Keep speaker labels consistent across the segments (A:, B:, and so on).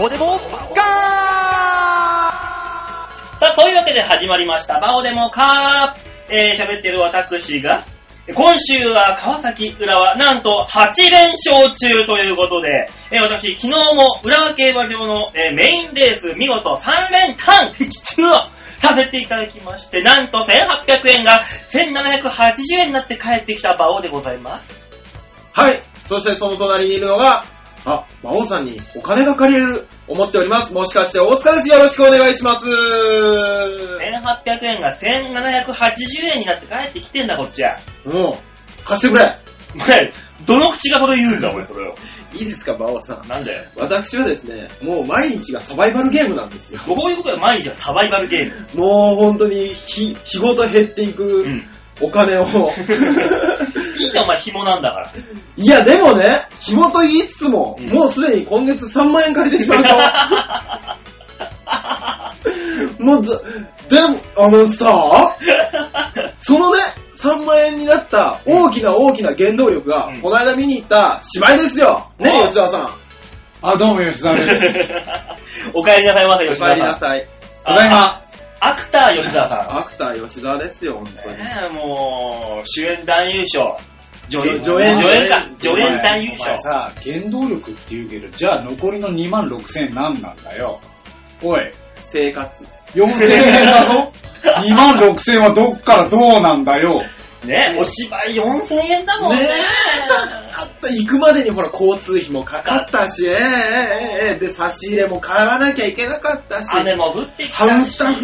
A: オデモガ
B: さあ、というわけで始まりました。バオデモカーえー、喋ってる私が、今週は川崎浦和、なんと8連勝中ということで、えー、私、昨日も浦和競馬場の、えーメインレース、見事3連単的中をさせていただきまして、なんと1800円が1780円になって帰ってきたバオでございます。
C: はい。そしてその隣にいるのが、あ、魔王さんにお金が借りれる、思っております。もしかして大塚です。よろしくお願いします。
B: 1800円が1780円になって帰ってきてんだ、こっちは。
C: もう、貸してくれ。
B: お前、どの口がこれ言うんだ、お前、それを。
C: いいですか、魔王さん。
B: なんだよ。
C: 私はですね、もう毎日がサバイバルゲームなんですよ。
B: こういうことは毎日はサバイバルゲーム。
C: もう本当に日、日ごと減っていく
B: うん。
C: お金を。
B: いいじゃん、お前、紐なんだから。
C: いや、でもね、紐と言いつつも、
B: うん
C: もうすでに今月3万円借りてしまうと。もうず、でも、あのさ、そのね、3万円になった大きな大きな原動力が、
B: うん
C: この間見に行った芝居ですよ。ね
B: う、ん
C: 吉田さん。
A: あ、どうも吉沢です。
B: お帰りなさいませ、
C: お
B: 吉
C: 帰
B: 田
C: りな
B: さん。
C: さい。
A: ただいま。
B: アクター吉田さ
C: アクター吉沢ですよ、本
B: ん。
C: 当に。
B: ねえ、もう、主演男優賞。女優、
C: 助演
B: 助演か。
C: 助
B: 助演男優
A: お前
B: 賞。
A: さ、原動力って言うけど、じゃあ残りの2万6千何なんだよ。おい、
C: 生活。
A: 4千円だぞ !2 万6千はどっからどうなんだよ。
B: ねえ、お芝居4000円だもんね。
C: ねえ、だった行くまでにほら、交通費もかかったし、ええええええで、差し入れも買わなきゃいけなかったし、
B: 雨も降ってき
C: ハ
B: た
C: ウ
B: し。
C: スタ降っ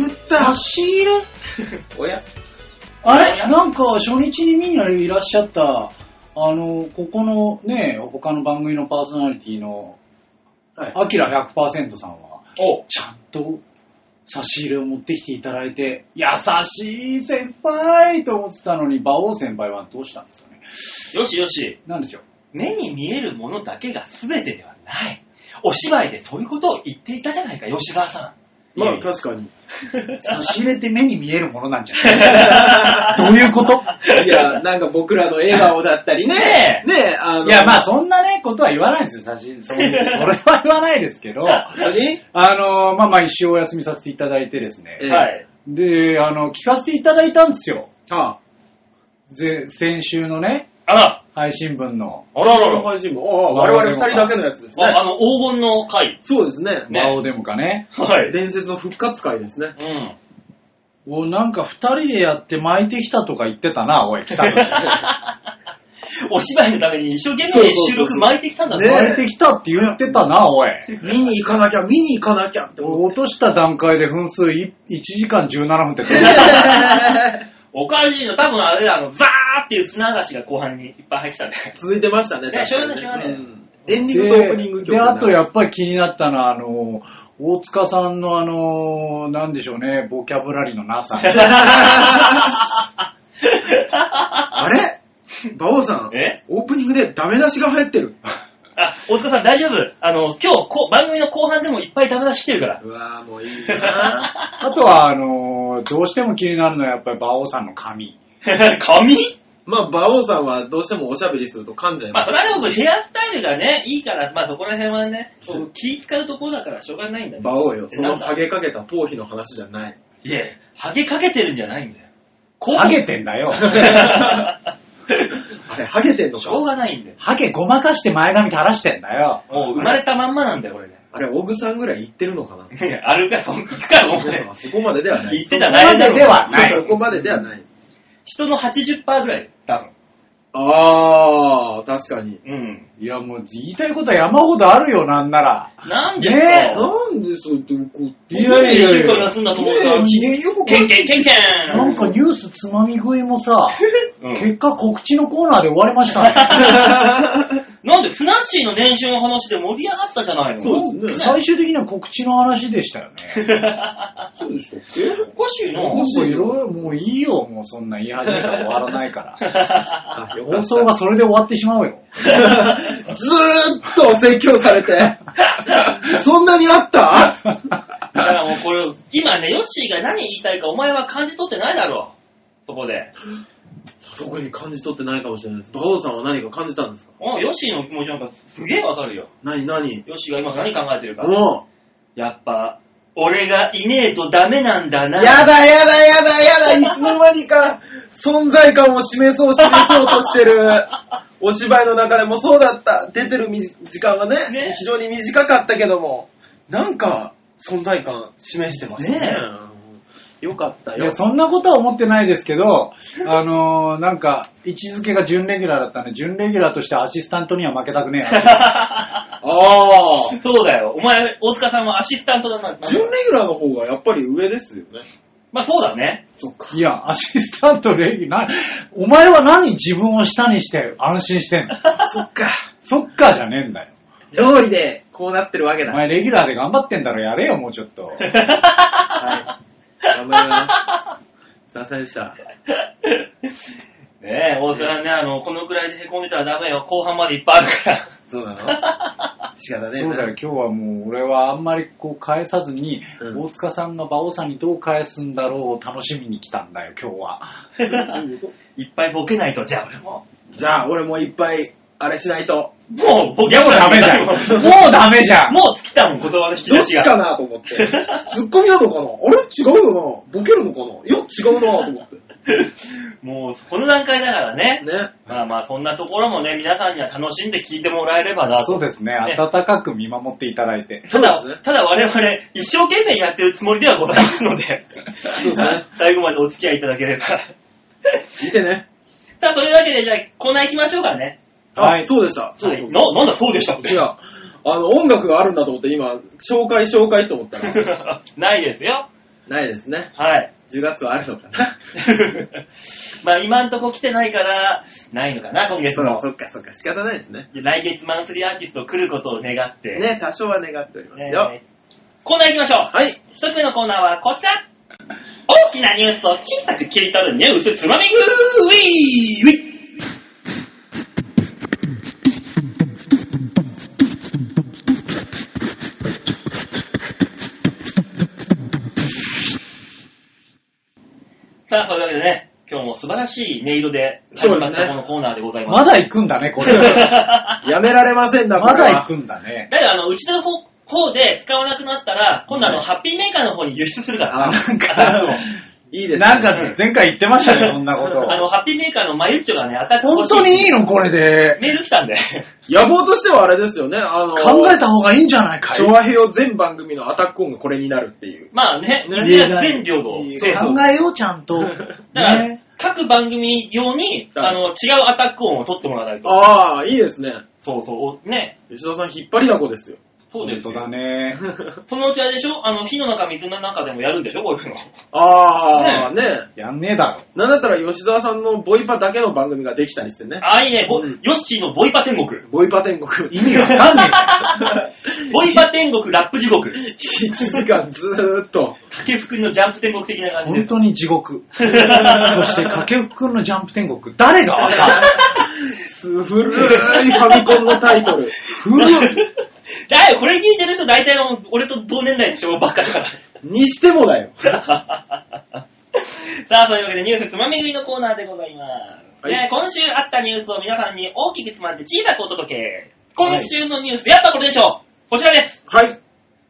C: た。
D: 差し入れ
C: おや
D: あれなんか初日に見にいらっしゃった、あの、ここのね、他の番組のパーソナリティの、
C: はい
D: アキラ100%さんは、
B: お
D: ちゃんと差し入れを持ってきていただいて、優しい先輩と思ってたのに、馬王先輩はどうしたんですかね。
B: よしよし。
D: なんでしょう。
B: 目に見えるものだけが全てではない。お芝居でそういうことを言っていたじゃないか、吉沢さ
C: まあ確かに。
D: 差し入れって目に見えるものなんじゃ ないどういうこと
C: いや、なんか僕らの笑顔だったりね。
B: ね
C: ねえ、あの。
D: いや、まあそんなね、ことは言わないですよ、差し入れ。そんなそれは言わないです けど。
C: あ、何
D: あの、まあ、まあ、一周お休みさせていただいてです
C: え
D: ね。
B: ん。
C: え
B: はい。
D: で、あの、聞かせていただいたんですよ。
C: は
D: ぜ先週のね、
B: あら、
D: 配信分の、
B: あら
C: あ、
B: らら
C: の。配信も。ああ、我々二人だけのやつです
B: あ
C: ね。
B: あの、黄金の回。
C: そうですね。
B: ね
D: 魔王デモかね。
B: はい。
C: 伝説の復活会ですね。
B: うん。
D: お、なんか二人でやって巻いてきたとか言ってたな、おい、 来たの。
B: お芝居のために一生懸命収録巻いてきたんだぞ。
C: ね
D: 巻いてきたって言ってたな、おい。
C: 見に行かなきゃ、見に行かなきゃって 思っ
D: 落とした段階で分数1時間17分ってどう
C: て。
B: おかしいの、多分あれだ、あの、ザーっていう砂嵐が後半にいっぱい入ってたね。
C: 続いてましたね。
B: ね
C: 確かに
B: しょうがないしょうがない
C: んエンディングとオープニング曲
D: でで、あとやっぱり気になったのは、あの、大塚さんのあの、なんでしょうね、ボキャブラリーのな さ。
C: あれ馬王さん、
B: え
C: オープニングでダメ出しが入ってる。
B: あ、大塚さん大丈夫あの、今日こう、番組の後半でもいっぱいダメ出し来てるから。
C: うわぁ、もういいな
D: あとは、あのーどうしても気になるのはやっぱり馬王さんの髪。
B: 髪
C: まあ、馬王さんはどうしてもおしゃべりすると噛んじゃい
B: ま
C: ま
B: あ、
C: す。
B: それはでもヘアスタイルがね、いいから、まあ、そこら辺はね、こう気使うところだからしょうがないんだよ。
C: 馬王よ、そ
B: な
C: の
B: んだ
C: ハゲかけた頭皮の話じゃない。
B: いや、ハゲかけてるんじゃないんだよ。こう
D: ハゲてんだ よ。
C: あれ、ハゲてんの
B: しょう
C: か
B: がないんだよ。
D: ハゲごまかして前髪垂らしてんだよ。
B: もう生まれたまんまなんだよ、これね。
C: あれ、オグさんぐらい言ってるのか な
B: ねあるか、そんか、もうね。
C: そこまでではない。
B: 言ってたら大変だ
D: そこまでではない
C: そこまでではない。
B: 人の80%ぐらい、多分。
C: あー、確かに。
B: うん。
D: いやもう言いたいことは山ほどあるよ、なんなら。
B: なんで
D: ねえ
C: なんでそうやってこう、
D: いやいやいや
B: 一週間休んだと思ったら、
C: 機嫌よく
B: ケンケンケンケン
D: なんかニュースつまみ食いもさ、
B: うん
D: 結果告知のコーナーで終わりま したね。
B: なんで、フナッシーの年収の話で盛り上がったじゃないの
C: そうですね
D: 最終的には告知の話でしたよ ね。
C: そうでしたっけ
B: おかしいな。
D: もういろいろもういいよ、もうそんな言い始めたら終わらな いから。
C: あ、よかった
D: 放送がそれで終わってしまうよ。
C: ずーっとお説教され て。そんなにあった
B: だからもうこれ、今ね、ヨッシーが何言いたいかお前は感じ取ってないだろそこで。
C: 特に感じ取ってないかもしれないです。馬王さんは何か感じたんですか
B: おヨッシーの気持ちなんかすげえわかるよ。
C: 何、何
B: ヨッシーが今何考えてるか。
C: も
B: やっぱ、俺がいねえとダメなんだな。
E: やだやだやだやだ、いつの間にか存在感を示そう示そうとしてる。お芝居の中でもそうだった。出てるみ時間がね
B: ね
E: 非常に短かったけども、なんか存在感示してましたね。
C: う、ね
B: ね
C: えよかった
D: い
C: よ
D: や、。そんなことは思ってないですけど、あのーなんか、位置づけが準レギュラーだったんで、準レギュラーとしてアシスタントには負けたくねえ な。
C: ああ。
B: そうだよ。お前、大塚さんはアシスタントだな。
C: 準レギュラーの方がやっぱり上ですよね。
B: まあそうだね。
C: そっか。
D: いや、アシスタントレギュラー、なお前は何自分を下にして安心し てんの
E: そっか。
D: そっかじゃねえんだよ。
E: 通りでこうなってるわけ
D: お
E: だ。
D: 前レギュラーで頑張ってんだろ、やれよ、もうちょっと。
C: はい。頑張ります。すいませんでした。
B: ねえ、大塚さんね、あの、このくらいで凹んでたらダメよ。後半までいっぱいあるから。
C: そうなの仕方ねえ
D: そうだよ、
C: な。
D: 今日はもう俺はあんまりこう返さずに、
C: うん
D: 大塚さんが馬王さんにどう返すんだろうを楽しみに来たんだよ、今日は。
B: いっぱいボケないと、じゃあ俺も。
C: じゃあ、俺もいっぱい、あれしないと。
B: もうボ
D: い
B: ケ
D: や、もうダメじゃん。もうダメじゃん。
B: もう尽きたもん、言葉の引き
C: ど
B: 出
C: っ
B: し
C: ち
B: が。
C: かなと思って。ツッコミなのかなあれ違うよなボケるのかないや、違うなと思って。
B: もう、この段階だからね。
C: ね。
B: まあまあ、そんなところもね、皆さんには楽しんで聞いてもらえればなと。
D: そうですね、
B: ね
D: 温かく見守っていただいて。
B: た
C: そうです
B: だ、
C: ね
B: ただ我々、一生懸命やってるつもりではございますので、
C: うですね
B: 最後までお付き合いいただければ。
C: 見てね。
B: さあ、というわけで、じゃあ、コーナー行きましょうかね。
C: あ、
D: はい
C: そうでした。そうそう。
B: な、なんだそうでしたって
C: 違。う。あの、音楽があるんだと思って今、紹介紹介と思ったら、
B: ないですよ。
C: ないですね。
B: はい。
C: 10月はあるのかな。
B: まあ、今んとこ来てないから、ないのかな、今月も。
C: そっかそっか、仕方ないですね。
B: 来月マンスリーアーティスト来ることを願って。
C: ね、多少は願っておりますよ。
B: ねコーナー行きましょう。
C: はい。
B: 一つ目のコーナーは こちら。大きなニュースを小さく切り取るニュースつまみ食い ウィーウィーさあ、そういうわけでね、今日も素晴らしい音色で始まったこのコーナーでございます。
D: まだ行くんだね、これ。
C: やめられませんだ、
D: ま
C: これは
D: だ行くんだね。
B: だけど、あの、うちの方方で使わなくなったら、今度あの、ハッピーメーカーの方に輸出するから。
C: あ
D: なん
B: アタックを
D: か、
C: いいですね。
D: なんか前回言ってましたね、そんなこと
B: あの、ハッピーメーカーのマユッチョがね、アタック
D: 本
B: 欲しい
D: 当にいいの、これで。
B: メール来たんで。
C: 野望としてはあれですよね、あの、
D: 考えた方がいいんじゃないかい
C: 昭和平を全番組のアタック音がこれになるっていう。
B: まあね、みんな全領土。
C: いい
B: そう
C: ね
B: そう。
D: 考えよう、ちゃんと。
B: だから、
D: ね。
B: 各番組用に、
C: は
B: あ
C: い
B: の、違うアタック音を取ってもらわないと。
C: ああ、いいですね。
B: そうそう。ね。
C: 吉田さん引っ張りだこですよ。
B: そうです
D: 本当だ
B: よ。
D: ね。
B: そのうちあれでしょあの、火の中、水の中でもやるんでしょこういうの。
C: ああ、ね
D: やんねえだろ。
C: なんだったら吉沢さんのボイパだけの番組ができたりしてね。
B: あ、いいね。ぼ
C: うん
B: ヨッシーのボイパ天国。
C: ボイパ天国。
D: 意味わかんね
B: ボイパ天国、ラップ地獄。
C: 1時間ずーっと。
B: 掛布くんのジャンプ天国的 な
D: え。
B: 感じ
D: 本
B: で。
D: 当に地獄。そして、掛布くんのジャンプ天国。誰がわかる
C: す古いファミコンのタイトル。
D: 古い。
B: だよ、これ聞いてる人大体もう俺と同年代の人ばっかだから。
C: にしても だよ。
B: さあ、そういうわけでニュースつまみ食いのコーナーでございます。
C: はい
B: ね今週あったニュースを皆さんに大きくつまんで小さくお届け。今週のニュース、やっぱこれでしょうこちらです。
C: はい。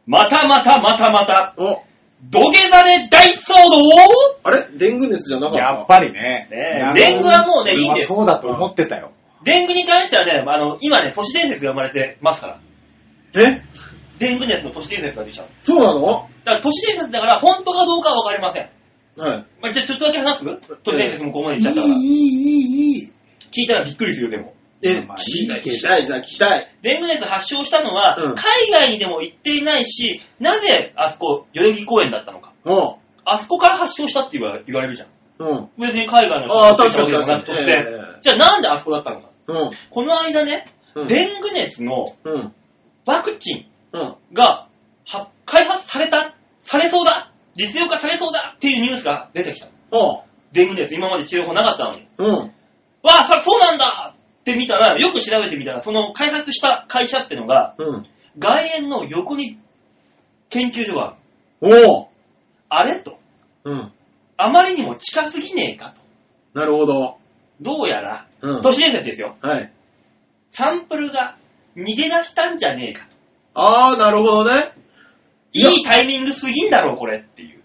B: またまたまたまた、
C: お、
B: 土下座で大騒動
C: あれデング熱じゃなかった
D: やっぱりね
B: ねえ。
D: いや
B: レングはもうね
D: 俺
B: いいんです
D: そうだと思ってたよ。
B: デングに関してはね、あの、今ね、都市伝説が生まれてますから。
C: え
B: デング熱の都市伝説が出ちゃう。
C: そうなの
B: だから都市伝説だから、本当かどうかはわかりません。
C: はい。
B: まあ、じゃあちょっとだけ話す都市伝説もここまでい
C: い
B: っ
C: い、
B: ちゃったから。
C: いい、いい、いい。
B: 聞いたらびっくりするよ、でも。
C: え、
D: まあ
C: 聞きたい、
D: いいけ
C: 聞
D: ど
C: きたい、じゃあ聞きたい。
B: デング熱発症したのは、
C: うん
B: 海外にでも行っていないし、なぜあそこ、代々木公園だったのか。
C: うん。
B: あそこから発症したって言わ言われるじゃん。
C: うん。
B: 別に海外の人
C: ああ、
B: が行っ
C: 確
B: て
C: か
B: い
C: に
B: たわ
C: 確
B: けでもな
C: かに
B: く。突然。じゃあなんであそこだったのか。
C: うん。
B: この間ね、
C: うん。
B: デング熱の
C: うん。
B: ワクチ
C: うん。
B: ンがは開発された、されそうだ、実用化されそうだっていうニュースが出てきたの。デング熱、今まで治療法なかったのに。
C: うん。
B: わあ、そそうなんだって見たら、よく調べてみたら、その開発した会社ってのが、
C: うん。
B: 外苑の横に研究所がある。
C: おう。
B: あれと、
C: うん。
B: あまりにも近すぎねえかと。
C: なるほど。
B: どうやら、
C: うん。
B: 都市伝説ですよ。
C: はい。
B: サンプルが逃げ出したんじゃねえかと。
C: ああ、なるほどね。いや
B: いいタイミングすぎんだろう、これっていう。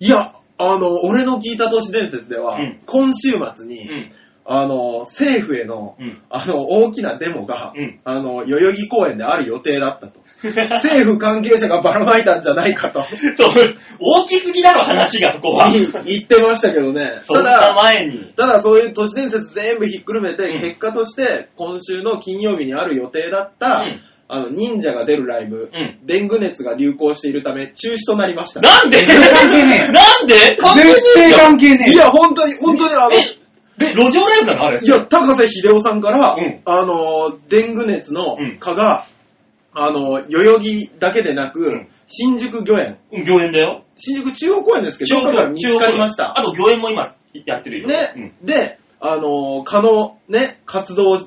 C: いや、あの、俺の聞いた都市伝説では、
B: うん
C: 今週末
B: う
C: に、
B: ん。
C: あの、政府への、
B: うん。
C: あの、大きなデモが、
B: うん
C: あの、代々木公園である予定だったと。 政府関係者がばらまいたんじゃない かと
B: そう、大きすぎだろ、話が、ここは。
C: 言ってましたけどね。
B: そ
C: た
B: んな
C: だ、
B: 前に。
C: ただそういう都市伝説全部ひっくるめて、
B: うん
C: 結果として、今週の金曜日にある予定だった、
B: うん
C: あの、忍者が出るライブ、
B: うん
C: デング熱が流行しているため中止となりました。
B: なんで
D: 全然関係ねえ
B: なんで
C: 関係ね
D: 絶
C: え
D: 対
C: じゃん
D: 関係ねえ
C: いや、本当に、本当にあの、
B: え、路上ライブなのあれ
C: い。や、高瀬秀夫さんから、
B: うん
C: あの、デング熱の
B: うん
C: 蚊が、あの、代々木だけでなく、
B: うん
C: 新宿御苑、
B: うん御苑だよ。
C: 新宿中央公園ですけど、どっかから見つかりました。
B: あと御苑も今、やってるよ。
C: ね、で、あのー蚊のね、活動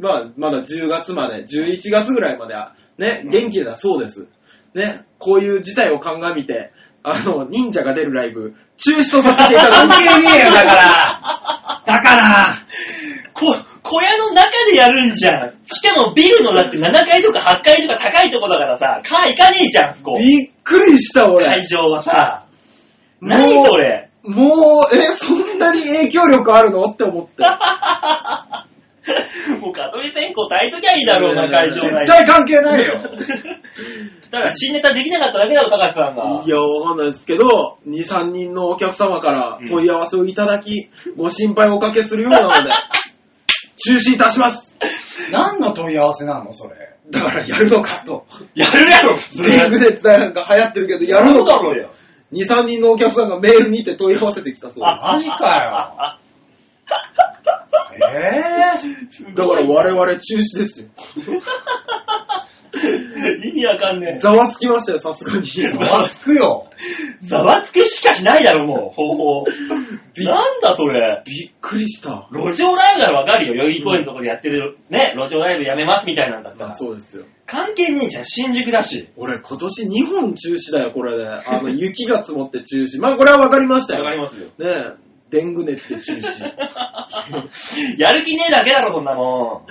C: は、まだ10月まで、11月ぐらいまでは、ね
B: う、ん
C: 元気だそうです。ね、こういう事態を鑑みて、あの、忍者が出るライブ、中止とさせていただ
D: 関
C: きます。
D: 係ねえよ、だ から。だから。
B: うん。こ、小屋の中でやるんじゃん。しかもビルのだって7階とか8階とか高いとこだからさ、か行かねえじゃん、そこ。
C: びっくりした、俺
B: 会。場はさ。
C: もう
B: 何それ。
C: もう、え、そんなに影響力あるのって思って。
B: もう蚊取り線香焚いときゃいいだろうな、
C: ね
B: 会場
D: 絶
B: 内。
D: 対関係ないよ。
B: だから新ネタできなかっただけだろ、高橋さんが。
C: いや、わかんないですけど、2、3人のお客様から問い合わせをいただき、ご心配をおかけするようなので、中止いたします。
D: 何の問い合わせなの、それ。
C: だからやるのかと。
B: やるやろ、普通
C: リングで伝えなんか流行ってるけど、や
B: や
C: る
B: る
C: の
B: のだ
C: か
B: ろうよ。
C: ?2、3人のお客さんがメールにて問い合わせてきたそうで
D: マジかよ。え
C: す。だから我々中止ですよ。
B: 意味わかんねえ。
C: ざわつきましたよ、さすがに。
D: ぇ、ー、ざわつくよ。
B: ざわつくしかしないだろ、もう、方法。なんだそれ。
C: びっくりした。
B: 路上ライブならわかるよ。代々木公園のとこでやってる、ね、路上ライブやめますみたいなんだった
C: まあ
B: ら。
C: そうですよ。
B: 関係ねえじゃん、新宿だし。
C: 俺今年2本中止だよ、これで。あの、雪が積もって中止。まあこれはわかりましたよ。ね
B: ますよ。
C: え、デング熱で中止。
B: やる気ねえだけだろ、そんなも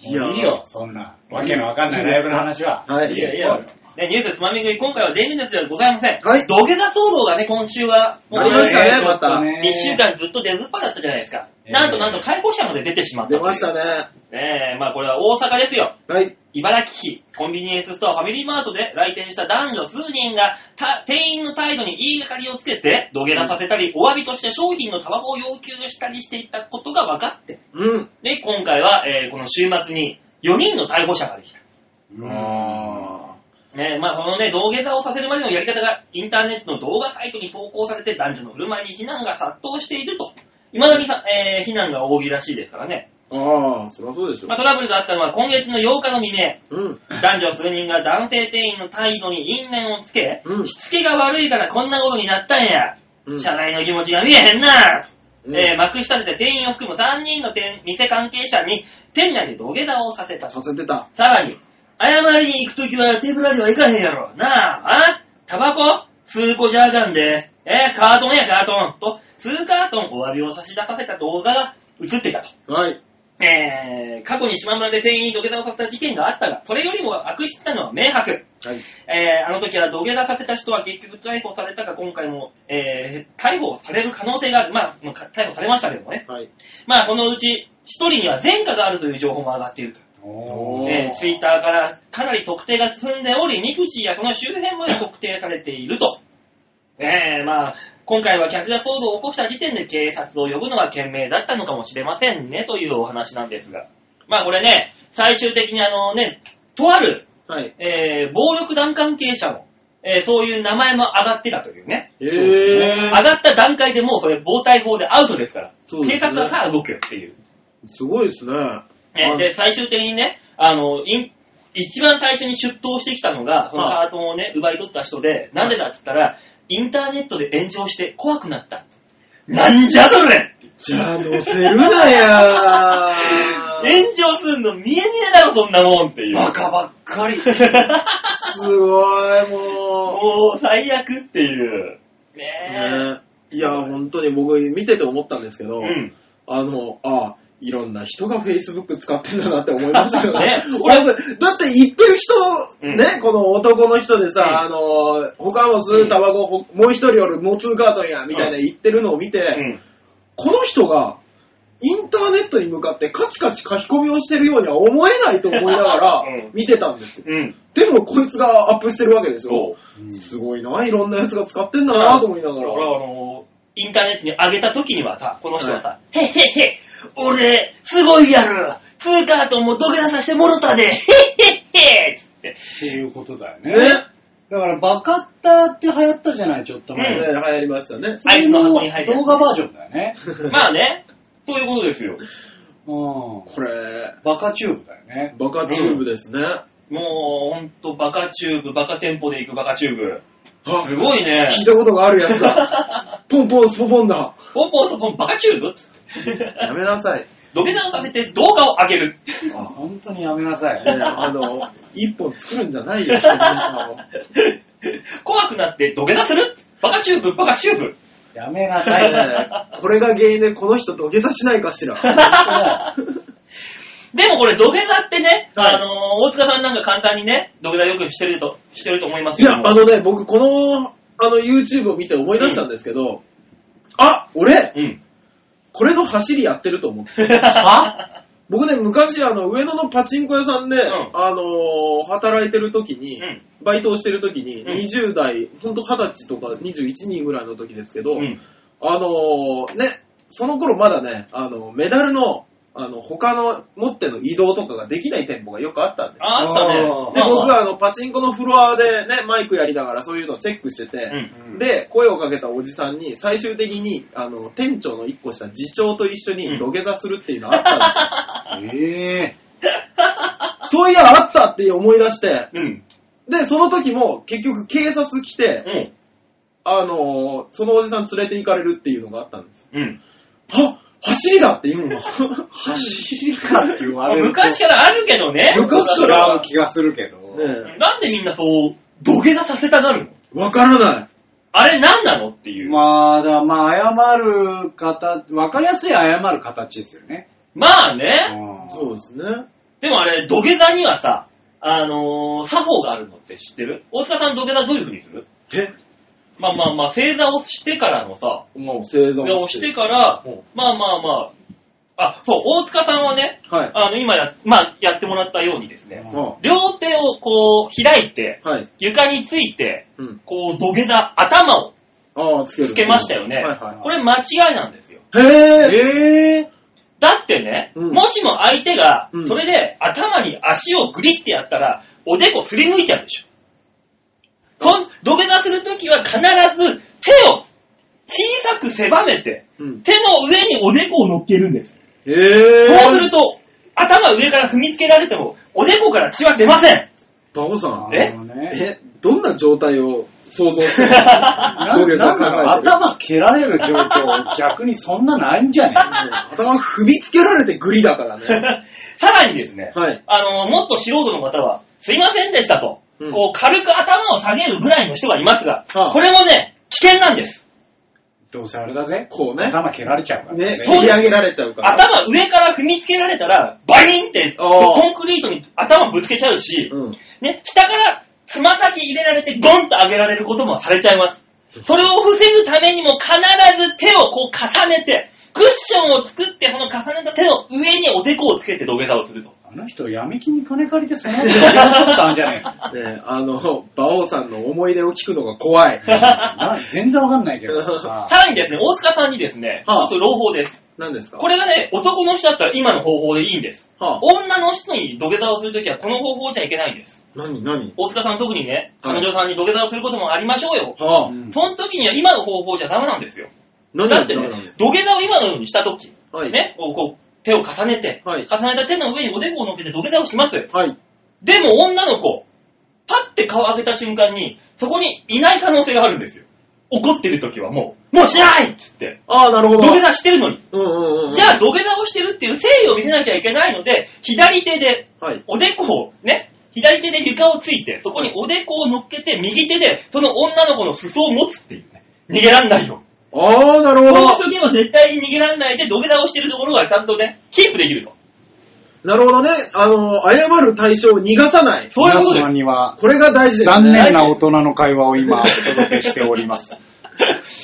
C: いや
D: もういいよ、そんな。わけのわかんないライブの話は。
C: は
B: ん。
C: い。
B: いやいや。ね、ニュースつまみ食い、今回は電流熱ではございません。
C: はい
B: 土下座騒動がね、今週は、
C: なりましたねまた
B: 1週。間ずっと出ずっぱだったじゃないですか。
D: えー
B: なんとなんと解放者まで出てしまったとい
C: 出
B: う。
C: ましたね。
B: ねえ、まあこれは大阪ですよ。
C: はい。
B: 茨城市コンビニエンスストアファミリーマートで来店した男女数人がた店員の態度に言いがかりをつけて土下座させたり、お詫びとして商品のタバコを要求したりしていたことが分かって、
C: うん。
B: で、今回は、えーこの週末に4人の逮捕者ができた。
D: あ
B: ねえ、まあこのね、土下座をさせるまでのやり方がインターネットの動画サイトに投稿されて男女の振る舞いに非難が殺到していると。未だにさ、えー、非難が多いらしいですからね。
C: ああ、そりゃそうでしょ
B: ま。あトラブルがあったのは今月の8日の未明、
C: うん。
B: 男女数人が男性店員の態度に因縁をつけ、
C: うん
B: しつけが悪いからこんなことになったんや。
C: うん。
B: 謝罪の気持ちが見えへんな。
C: うん
B: えー幕下で店員を含む3人の店店関係者に店内で土下座をさせた。さ
C: させてた。
B: らに、謝りに行くときは手ぶらではいかへんやろ。なあ、あタバコ数個じゃあかんで。えーカートンやカートン。と、数カートンお詫びを差し出させた動画が映っていたと。
C: はい。
B: えー過去に島村で店員に土下座をさせた事件があったが、それよりも悪質なのは明白。
C: はい。
B: えーあの時は土下座させた人は結局逮捕されたが、今回も、えー逮捕される可能性がある。まあ、もうか逮捕されましたけどもね。
C: はい。
B: まあ、そのうち、一人には前科があるという情報も上がっていると。
D: お
B: えーツイッターからかなり特定が進んでおり、ミクシーやその周辺まで特定されていると。えーまあ、今回は客が騒動を起こした時点で警察を呼ぶのは賢明だったのかもしれませんね、というお話なんですが。まあこれね、最終的にあのね、とある、
C: はい。
B: えー暴力団関係者の、えーそういう名前も上がってたというね。
C: え
B: 上がった段階でもうそれ暴対法でアウトですから。
C: そう
B: 警
C: ですね
B: 察はさあ動くよっていう。
C: すごいですね。は
B: ね
C: はい
B: で、最終的にね、あの、イン一番最初に出頭してきたのが、そのカートンをね、奪い取った人で、なんでだっつったら、インターネットで炎上して怖くなった。なんじゃそれ
C: じゃあ乗せるなや
B: 炎上すんの見えねえだろ、そんなもんっていう。
C: バカばっかり。すごい、も
B: もう、最悪っていう。
C: う。
B: ねえ。
C: ねいや、本当に僕見てて思ったんですけど、
B: うん。
C: あの、ああ、いろんな人が Facebook 使ってんだなって思いましたけど
B: ね
C: ね。 俺だって言ってる人、
B: うん
C: ね、この男の人でさ、
B: うん
C: あの、他の吸うタバコ、ほもう一人俺もう2カートンや、みたいな言ってるのを見て、
B: うん。
C: この人が、インターネットに向かってカチカチ書き込みをしてるようには思えないと思いなが
B: う
C: ら
B: ん
C: 見てたんですよ。
B: うん。
C: でもこいつがアップしてるわけでしょ。
B: そう。
C: すごいな、いろんなやつが使ってんだなと思いなが
B: 俺
C: ら。
B: はあのインターネットに上げた時にはさ、この人はさ、へっへっへ、俺、すごいやる、ツーカートンも土下座させてもろたで、へっへっへっつって。
D: っていうことだよね。
C: ね。
D: だから、バカッターって流行ったじゃない、ちょっと
C: ね、
D: 前に。
C: 流行りましたね。
D: それ
B: アイスの箱に入ってる
D: 動画バージョンだよね。
B: まあね、そういうことですよ。
D: うん。
C: これ、
D: バカチューブだよね。
C: バカチューブですね。
B: もう、ほんと、バカチューブ、バカ店舗で行くバカチューブ。
C: あ
B: すごいね。
C: 聞いたことがあるやつ だ。ポンポンスポポンだ。
B: ポンポンそポン、バカチューブつって
C: やめなさい。
B: 土下座をさせて動画を上げる。
D: 本当にやめなさい。
C: ねあの、一本作るんじゃないよ。そんなの
B: 怖くなって土下座するバカチューブ、バカチューブ。
D: やめなさ い。
C: ねこれが原因でこの人土下座し ないかしら。
B: でもこれ土下座ってね、
C: はい
B: あのー大塚さんなんか簡単にね、土下座よくしてると、してると思いますけ
C: い
B: ど
C: や、
B: も。
C: あのね、僕この、あの YouTube を見て思い出したんですけど、あ、俺、
B: うん。
C: これの走りやってると思って。
D: は
C: 僕ね、昔あの、上野のパチンコ屋さんで、
B: うん
C: あのー働いてる時に、
B: うん
C: バイトをしてる時に、
B: うん
C: 20代、ほんと20歳とか21人ぐらいの時ですけど、
B: うん。
C: あのーね、その頃まだね、あの、メダルの、あの、他の持っての移動とかができない店舗がよくあったんです。
B: ああったね。
D: あー
C: で、
B: まあ
C: 僕
B: まあ
C: はあの、パチンコのフロアでね、マイクやりながらそういうのをチェックしてて、
B: うん。
C: で、声をかけたおじさんに、最終的に、あの、店長の一個下、次長と一
B: う
C: 緒
B: ん
C: に土下座するっていうのあったんですよ。
D: ええ
C: そういや、あったって思い出して、
B: うん。
C: で、その時も、結局警察来て、
B: うん。
C: あのーそのおじさん連れて行かれるっていうのがあったんですよ。
B: うん。
C: あ走りだって言う の。
D: 走りかって言
B: ま
D: わ
B: あ
D: れると。
B: 昔からあるけどね。
C: 昔
D: 違
C: から
D: う気がするけど。
C: ね
B: なんでみんなそう、土下座させたがるの
C: えわからない。
B: あれ何なのっていう。ま
D: まあ、だまあ、謝る方、わかりやすい謝る形ですよね。
B: あね。
C: そうですね。
B: でもあれ、土下座にはさ、あのー、作法があるのって知ってる大塚さん土下座どういう風にする
C: え
B: まあまあまあ、正座をしてからのさ、
C: もう生存
B: をしてから
C: うん、
B: まあまあまあ、あ、そう、大塚さんはね、
C: はい。
B: あの、今や、まあ、やってもらったようにですね、
C: うん
B: 両手をこう、開いて、
C: はい。
B: 床について、
C: うん。
B: こう、土下座、頭を
C: ああ、つける。
B: つけましたよね。
C: はいはい。
B: これ間違いなんですよ。
C: へえ
D: ええ
B: だってね、
C: うん
B: もしも相手が
C: う、ん
B: それで頭に足をグリってやったら、おでこすり抜いちゃうでしょ。そん、土下座するときは必ず手を小さく狭めて、
C: うん。
B: 手の上におでこを乗っけるんです。
C: へえ
B: そうすると、頭上から踏みつけられても、おでこから血は出ません。
C: バオさん、
B: え
D: ね、
C: え、どんな状態を想 像してる土下
D: な
C: 座考
D: んか
C: えてる
D: 頭蹴られる状況、逆にそんなないんじゃね
C: 頭踏みつけられてグリだからね。
B: さらにですね、
C: はい。
B: あの、もっと素人の方は、すいませんでしたと、
C: うん
B: こう軽く頭を下げるぐらいの人がいますが、
C: はあ
B: これもね、危険なんです。
D: どうせあれだぜ。
C: こうね。
D: 頭蹴られちゃうから
C: ね、
B: そう
C: 蹴り上げられちゃうから。
B: 頭上から踏みつけられたら、バリンって、
C: ああ
B: コンクリートに頭ぶつけちゃうし、
C: うん。
B: ね、下からつま先入れられてゴンと上げられることもされちゃいます。それを防ぐためにも必ず手をこう重ねて、クッションを作って、その重ねた手の上におでこをつけて土下座をすると。
D: あの人、闇金に金借りてその後やりましょったんじゃねえか
C: ね、あの、馬王さんの思い出を聞くのが怖 い。
D: な全然わかんないけどさ。
B: さらにですね、大塚さんにですね、
C: はあ
B: 一つ朗報です。
C: 何ですか
B: これがね、男の人だったら今の方法でいいんです。
C: はあ、
B: 女の人に土下座をするときはこの方法じゃいけないんです。
C: 何何
B: 大塚さん特にね、
C: はい
B: 彼女さんに土下座をすることもありましょうよ。
C: はあ、
D: うん
B: その時には今の方法じゃダメなんですよ。
C: 何
B: だ
C: が
B: って
C: ダ
B: ね
C: メなんです、か
B: 土下座を今のようにしたとき、
C: はい。
B: ね、こうこう手を重ねて、
C: はい
B: 重ねた手の上におでこを乗っけて土下座をします。
C: はい。
B: でも女の子、パッて顔を上げた瞬間に、そこにいない可能性があるんですよ。怒ってる時はもう、もうしないっつって、
C: ああ、なるほ
B: 土
C: ど。
B: 下座してるのに。
C: うんうんうん。
B: じゃあ土下座をしてるっていう誠意を見せなきゃいけないので、左手で、
C: あ、はい。
B: おでこをね、左手で床をついて、そこにおでこを乗っけて、右手で、その女の子の裾を持つっていうね。逃げらんないよ。
C: あああ、なる
B: この
C: ほど。
B: 時も絶対に逃げられないで土下座をしてるところがちゃんとね、キープできると。
C: なるほどね。あの、謝る対象を逃がさない。
B: そういうことで
D: 皆様には、
C: これが大事です
D: 残
C: ね。
D: 念な大人の会話 を今お届けしております。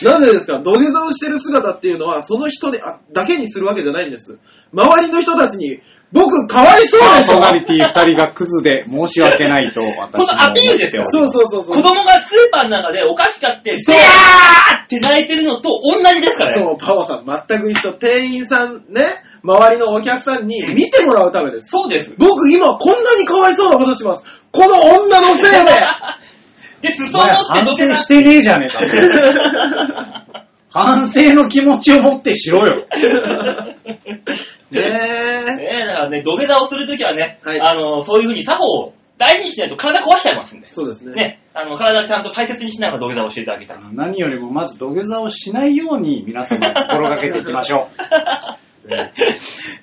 C: なぜですか土下座をしてる姿っていうのは、その人であだけにするわけじゃないんです。周りの人たちに、僕、かわいそう
D: パー
C: でしょ
D: ソナリティ二人がクズで申し訳ないと私も思っております。
B: このアピールですよ
C: そうそうそうそう。
B: 子供がスーパーの中でお菓子買って、
C: そ
B: そうやーって泣いてるのと同じですからね。
C: そう、パオさん、全く一緒。店員さんね、周りのお客さんに見てもらうためです。
B: そうです。
C: 僕今こんなにかわいそうなことします。この女のせい で
B: で、裾
D: お
B: を持
D: 前
B: って土
D: 反
B: 下
D: 省
B: 座
D: してねえじゃねえか、それ反省の気持ちを持ってしろよ。
C: ねえ。
B: ねえ、だからね、土下座をするときはね、
C: はい
B: あの、そういうふうに作法を大事にしないと体壊しちゃいますんで。
C: そうですね。
B: ね、あの、体ちゃんと大切にしながら土下座をしていただけたら。
D: 何よりもまず土下座をしないように皆様心がけていきましょ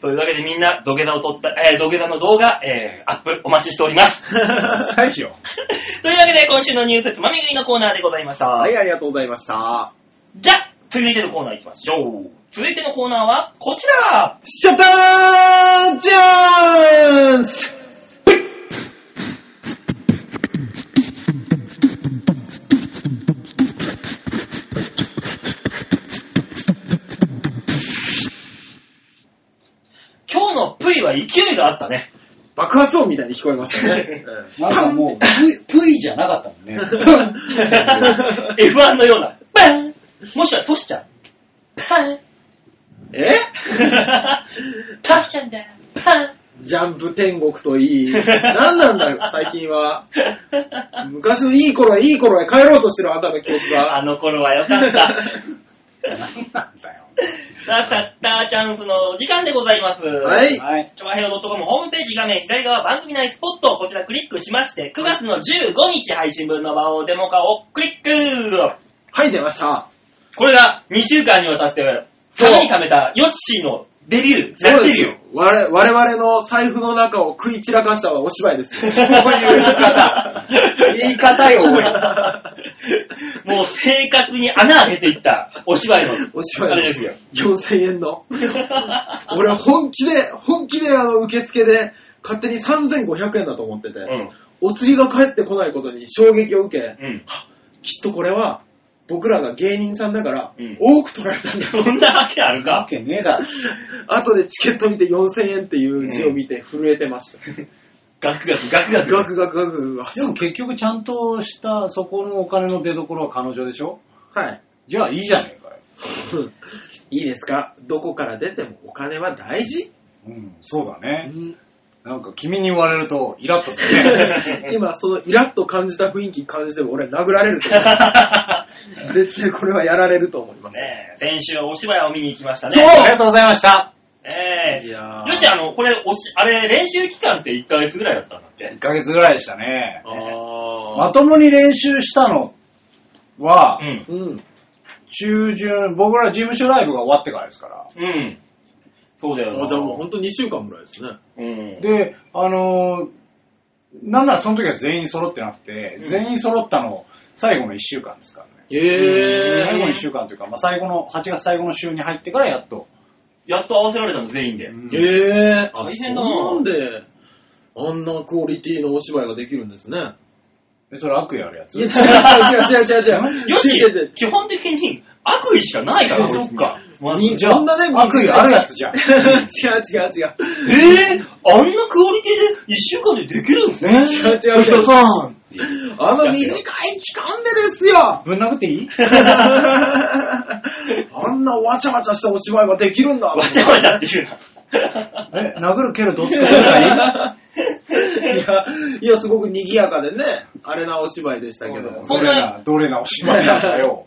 B: というわけでみんな土下座を撮った、えー土下座の動画、えーアップお待ちしており ます。という
D: う。最よ。
B: わけで今週のニュースつまみ食いのコーナーでございました。
C: はい、ありがとうございました。
B: じゃあ、続いてのコーナー行きましょう。続いてのコーナーはこちら
C: シャッターチャンス
B: 今日のプイは勢いがあったね。
C: 爆発音みたいに聞こえまし たね。
D: なんかもう、プイプイじゃなかったもんね。
B: F1 のような。バンもしくはトシちゃん。パ ン
C: え
B: トシちゃんだ。パン
C: ジャンプ天国といい。何なんだ、最近は。昔のいい頃へいい頃へ帰ろうとしてるあんたの記憶
B: あ
C: が。
B: の頃は良かった。
D: 何なんだ よ。
B: さあ、サッターチャンスの時間でございます。
C: は。い。
D: はい。
B: ちょばへよ .com ホームページ画面左側番組内スポットをこちらクリックしまして、9月の15日配信分の場をデモ化をクリック
C: はい、出ました。
B: これが2週間にわたって、
C: そう
B: ためにためたヨッシーのデビュー、
C: そう
B: デ
C: です
B: ビュ
C: よ。我々我々の財布の中を食い散らかしたはお芝居です よ。
D: こういう言い方。言い方よ、おい。
B: ー。もう生活に穴開けていったお芝居の、
C: お芝居
B: あ
C: の
B: れです よ。
C: 4000円の。俺本気で、本気であの受付で勝手に3500円だと思ってて、
B: うん。
C: お釣りが返ってこないことに衝撃を受け、
B: うん。
C: きっとこれは僕らが芸人さんだから
B: うん
C: 多く取られたんだ ろう。
B: そんなわけある
D: わ
B: か
D: けねえだろ。
C: 後でチケット見て4000円っていう字を見て震えてま した。
B: ガクガク、ガクガク。
C: ガクガクガクガク
D: でも結局ちゃんとした、そこのお金の出所は彼女でしょ
C: はい。
D: じゃあいいじゃねえかよ。
C: いいですかどこから出てもお金は大事、
D: うん、そうだね。なんか君に言われるとイラッとするね。
C: 今そのイラッと感じた雰囲気感じても俺殴られると思う絶対これはやられると思います。
B: ねえ、先週お芝居を見に行きましたね。
D: ありがとうございました。
B: ええ
C: いやー
B: よし、あの、これ、おし、あれ、練習期間って1ヶ月ぐらいだったんだっけ
D: 1ヶ月ぐらいでしたね。ま
C: ああ。
D: ともに練習したのは
B: う、ん。
C: うん。
D: 中旬、僕ら事務所ライブが終わってからですから。
B: うん。そうだよな。
C: あじゃあもうほんと2週間ぐらいですね。
B: うん。
D: で、あのーなんならその時は全員揃ってなくて、
B: うん
D: 全員揃ったの最後の1週間ですからね。
B: へー
D: 最後の1週間というか、まあ、最後の、8月最後の週に入ってからやっと。
B: やっと合わせられたの、全員で。
D: うん
C: ええ
B: 大
C: 大
B: 変
C: 変
B: だ
C: だ
B: な
C: なんで、あんなクオリティのお芝居ができるんですね。
D: でそれ悪意あるやつ
C: いや、違う違う違う違う違う違う。
B: よし
C: 違う違う、
B: 基本的に悪意しかないから、
D: あそっか。
B: まず
D: いいじゃ
C: そんなね
D: 悪意あるやつじゃん。
C: 違う 違う違う。
B: えぇ、あんなクオリティで1週間でできるんですね。
C: 違う違う違 う
B: 吉田さん。
C: あの短い期間でですよ
D: ぶん殴っていい
C: あんなわちゃわちゃしたお芝居ができるんだ。
B: わちゃわちゃって言うな。
D: え、殴る蹴るどっちかぐらい
C: いや、いや、すごく賑やかでね、あれなお芝居でしたけど。
B: そ
D: そ
B: ん
D: ん
B: な
D: な、どれなおしまいなんだよ。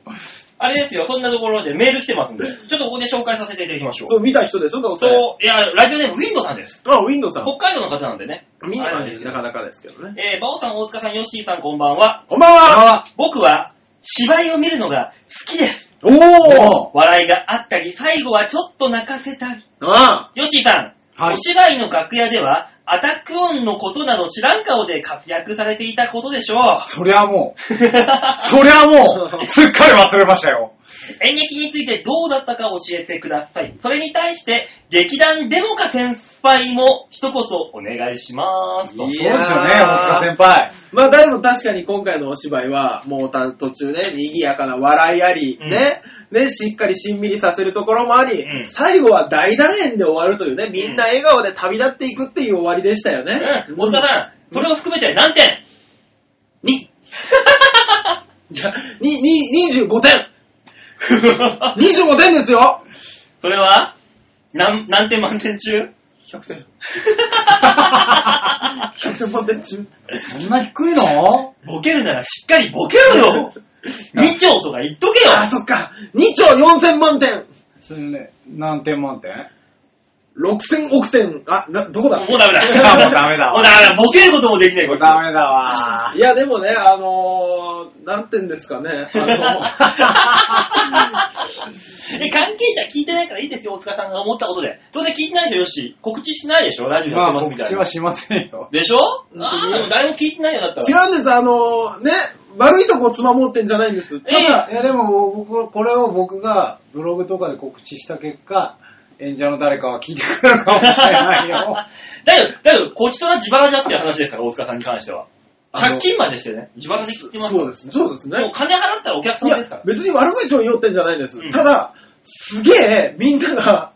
B: あれですよ、そんなところでメール来てますんで、ちょっとここで紹介させていただきましょう。
C: そう、見た人でしょ、どうせ。
B: そう、いや、ラジオネーム、ウィンドさんです。
C: あ、ウィンドウさん。
B: 北海道の方なんでね。
C: 見
B: あれ
C: なん
B: ん
C: で
B: ですす
C: なかなかですけどね。
B: えー、バオさん、大塚さん、ヨッシーさん、こんばんは。
C: こんばんは
B: 僕は、芝居を見るのが好きです。
C: おお
B: 笑いがあったり、最後はちょっと泣かせたり。
C: ああ
B: ヨッシーさん、
D: はい
B: お芝居の楽屋では、アタックオンのことなど知らん顔で活躍されていたことでしょ う。
D: そりゃもう、そりゃも う、すっかり忘れましたよ。
B: 演劇についてどうだったか教えてください。それに対して、劇団デモカ先輩も一言お願いします。と
D: そう
C: い
D: です
C: や
D: よ
C: ー
D: ね、大塚先輩。
C: まあ、でも確かに今回のお芝居は、もうた途中ね、賑やかな笑いあり、
B: うん
C: ね、ね、しっかりしんみりさせるところもあり、
B: うん
C: 最後は大団円で終わるというね、みんな笑顔で旅立っていくっていう終わりでしたよね。
B: うん。大塚さん、それを含めて何 点
C: に、じゃあ、に、に、25点 !25 点ですよ
B: それは何、何点満点中
C: !100 点。100点満点中。
D: そんな低いの
B: ボケるならしっかりボケろ よ !2 丁とか言っとけよ
C: あ、そっか。2兆4000万点
D: それね、何点満点
C: !6000 億点あ、な、どこだ
B: もうダメだ。
D: あもうダメだわ
B: もうダメだ。ボケることもできない。これ
D: ダメだわ
C: いや、でもね、あのー、なんて言うんですかね。あ
B: え、関係者聞いてないからいいですよ、大塚さんが思ったことで。どうせ聞いてないのよし、告知しないでしょラジオやっ
D: まあ
B: てます
D: 告
B: みたい
D: 知
B: な。
D: はしませんよ。
B: でしょああ、でも誰も聞いてないよ、だった
C: の
B: ら。
C: 違うんです、あのー、ね、悪いとこつまもうってんじゃないんです。
B: ええ
D: いやでも僕、これを僕がブログとかで告知した結果、演者の誰かは聞いてくれるかもしれないよ。
B: だよ、だよ、こちとら自腹じゃっていう話ですから、大塚さんに関しては。
C: あの
B: 借金までしてね、自腹で切ってます。
C: そうです、そうです
B: でも
C: ね。
B: 金払ったらお客
C: い
B: 様ですか
C: や
B: ら、。
C: 別に悪口を言おってんじゃないんです。
B: うん
C: ただ、すげえ、みんなが、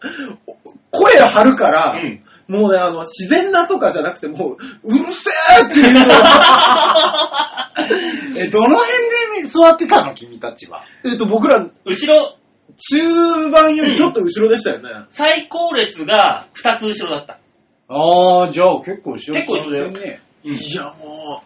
C: お声を張るから、
B: うん
C: もうね、あの、自然なとかじゃなくて、もう、うるせえっていうのが
D: え、どの辺で座ってたの君たちは。
C: えっと、僕ら、
B: 後ろ、
C: 中盤よりちょっと後ろでしたよね。
B: 最高列が2つ後ろだった。
D: ああ、じゃあ結構後ろ
B: 結構後ろだよ
D: ね。
C: いやも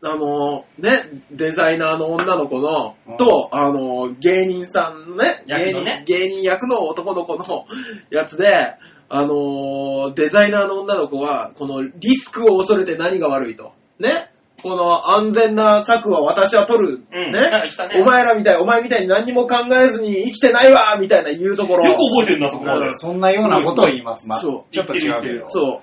C: う、あのね、デザイナーの女の子の
D: うん、
C: と、あの芸人さんのね
B: 役のね
C: 芸人、芸人役の男の子のやつで、あのデザイナーの女の子は、このリスクを恐れて何が悪いと。ね。この安全な策は私は取る。
B: うん
C: ね
B: なんか来たね
C: お前らみたい、お前みたいに何にも考えずに生きてないわみたいな言うところ。
B: よく覚えてるな、そこまで。
D: そんなようなことを言いますな。
C: そう
D: ちょっと違うけど。
C: そう。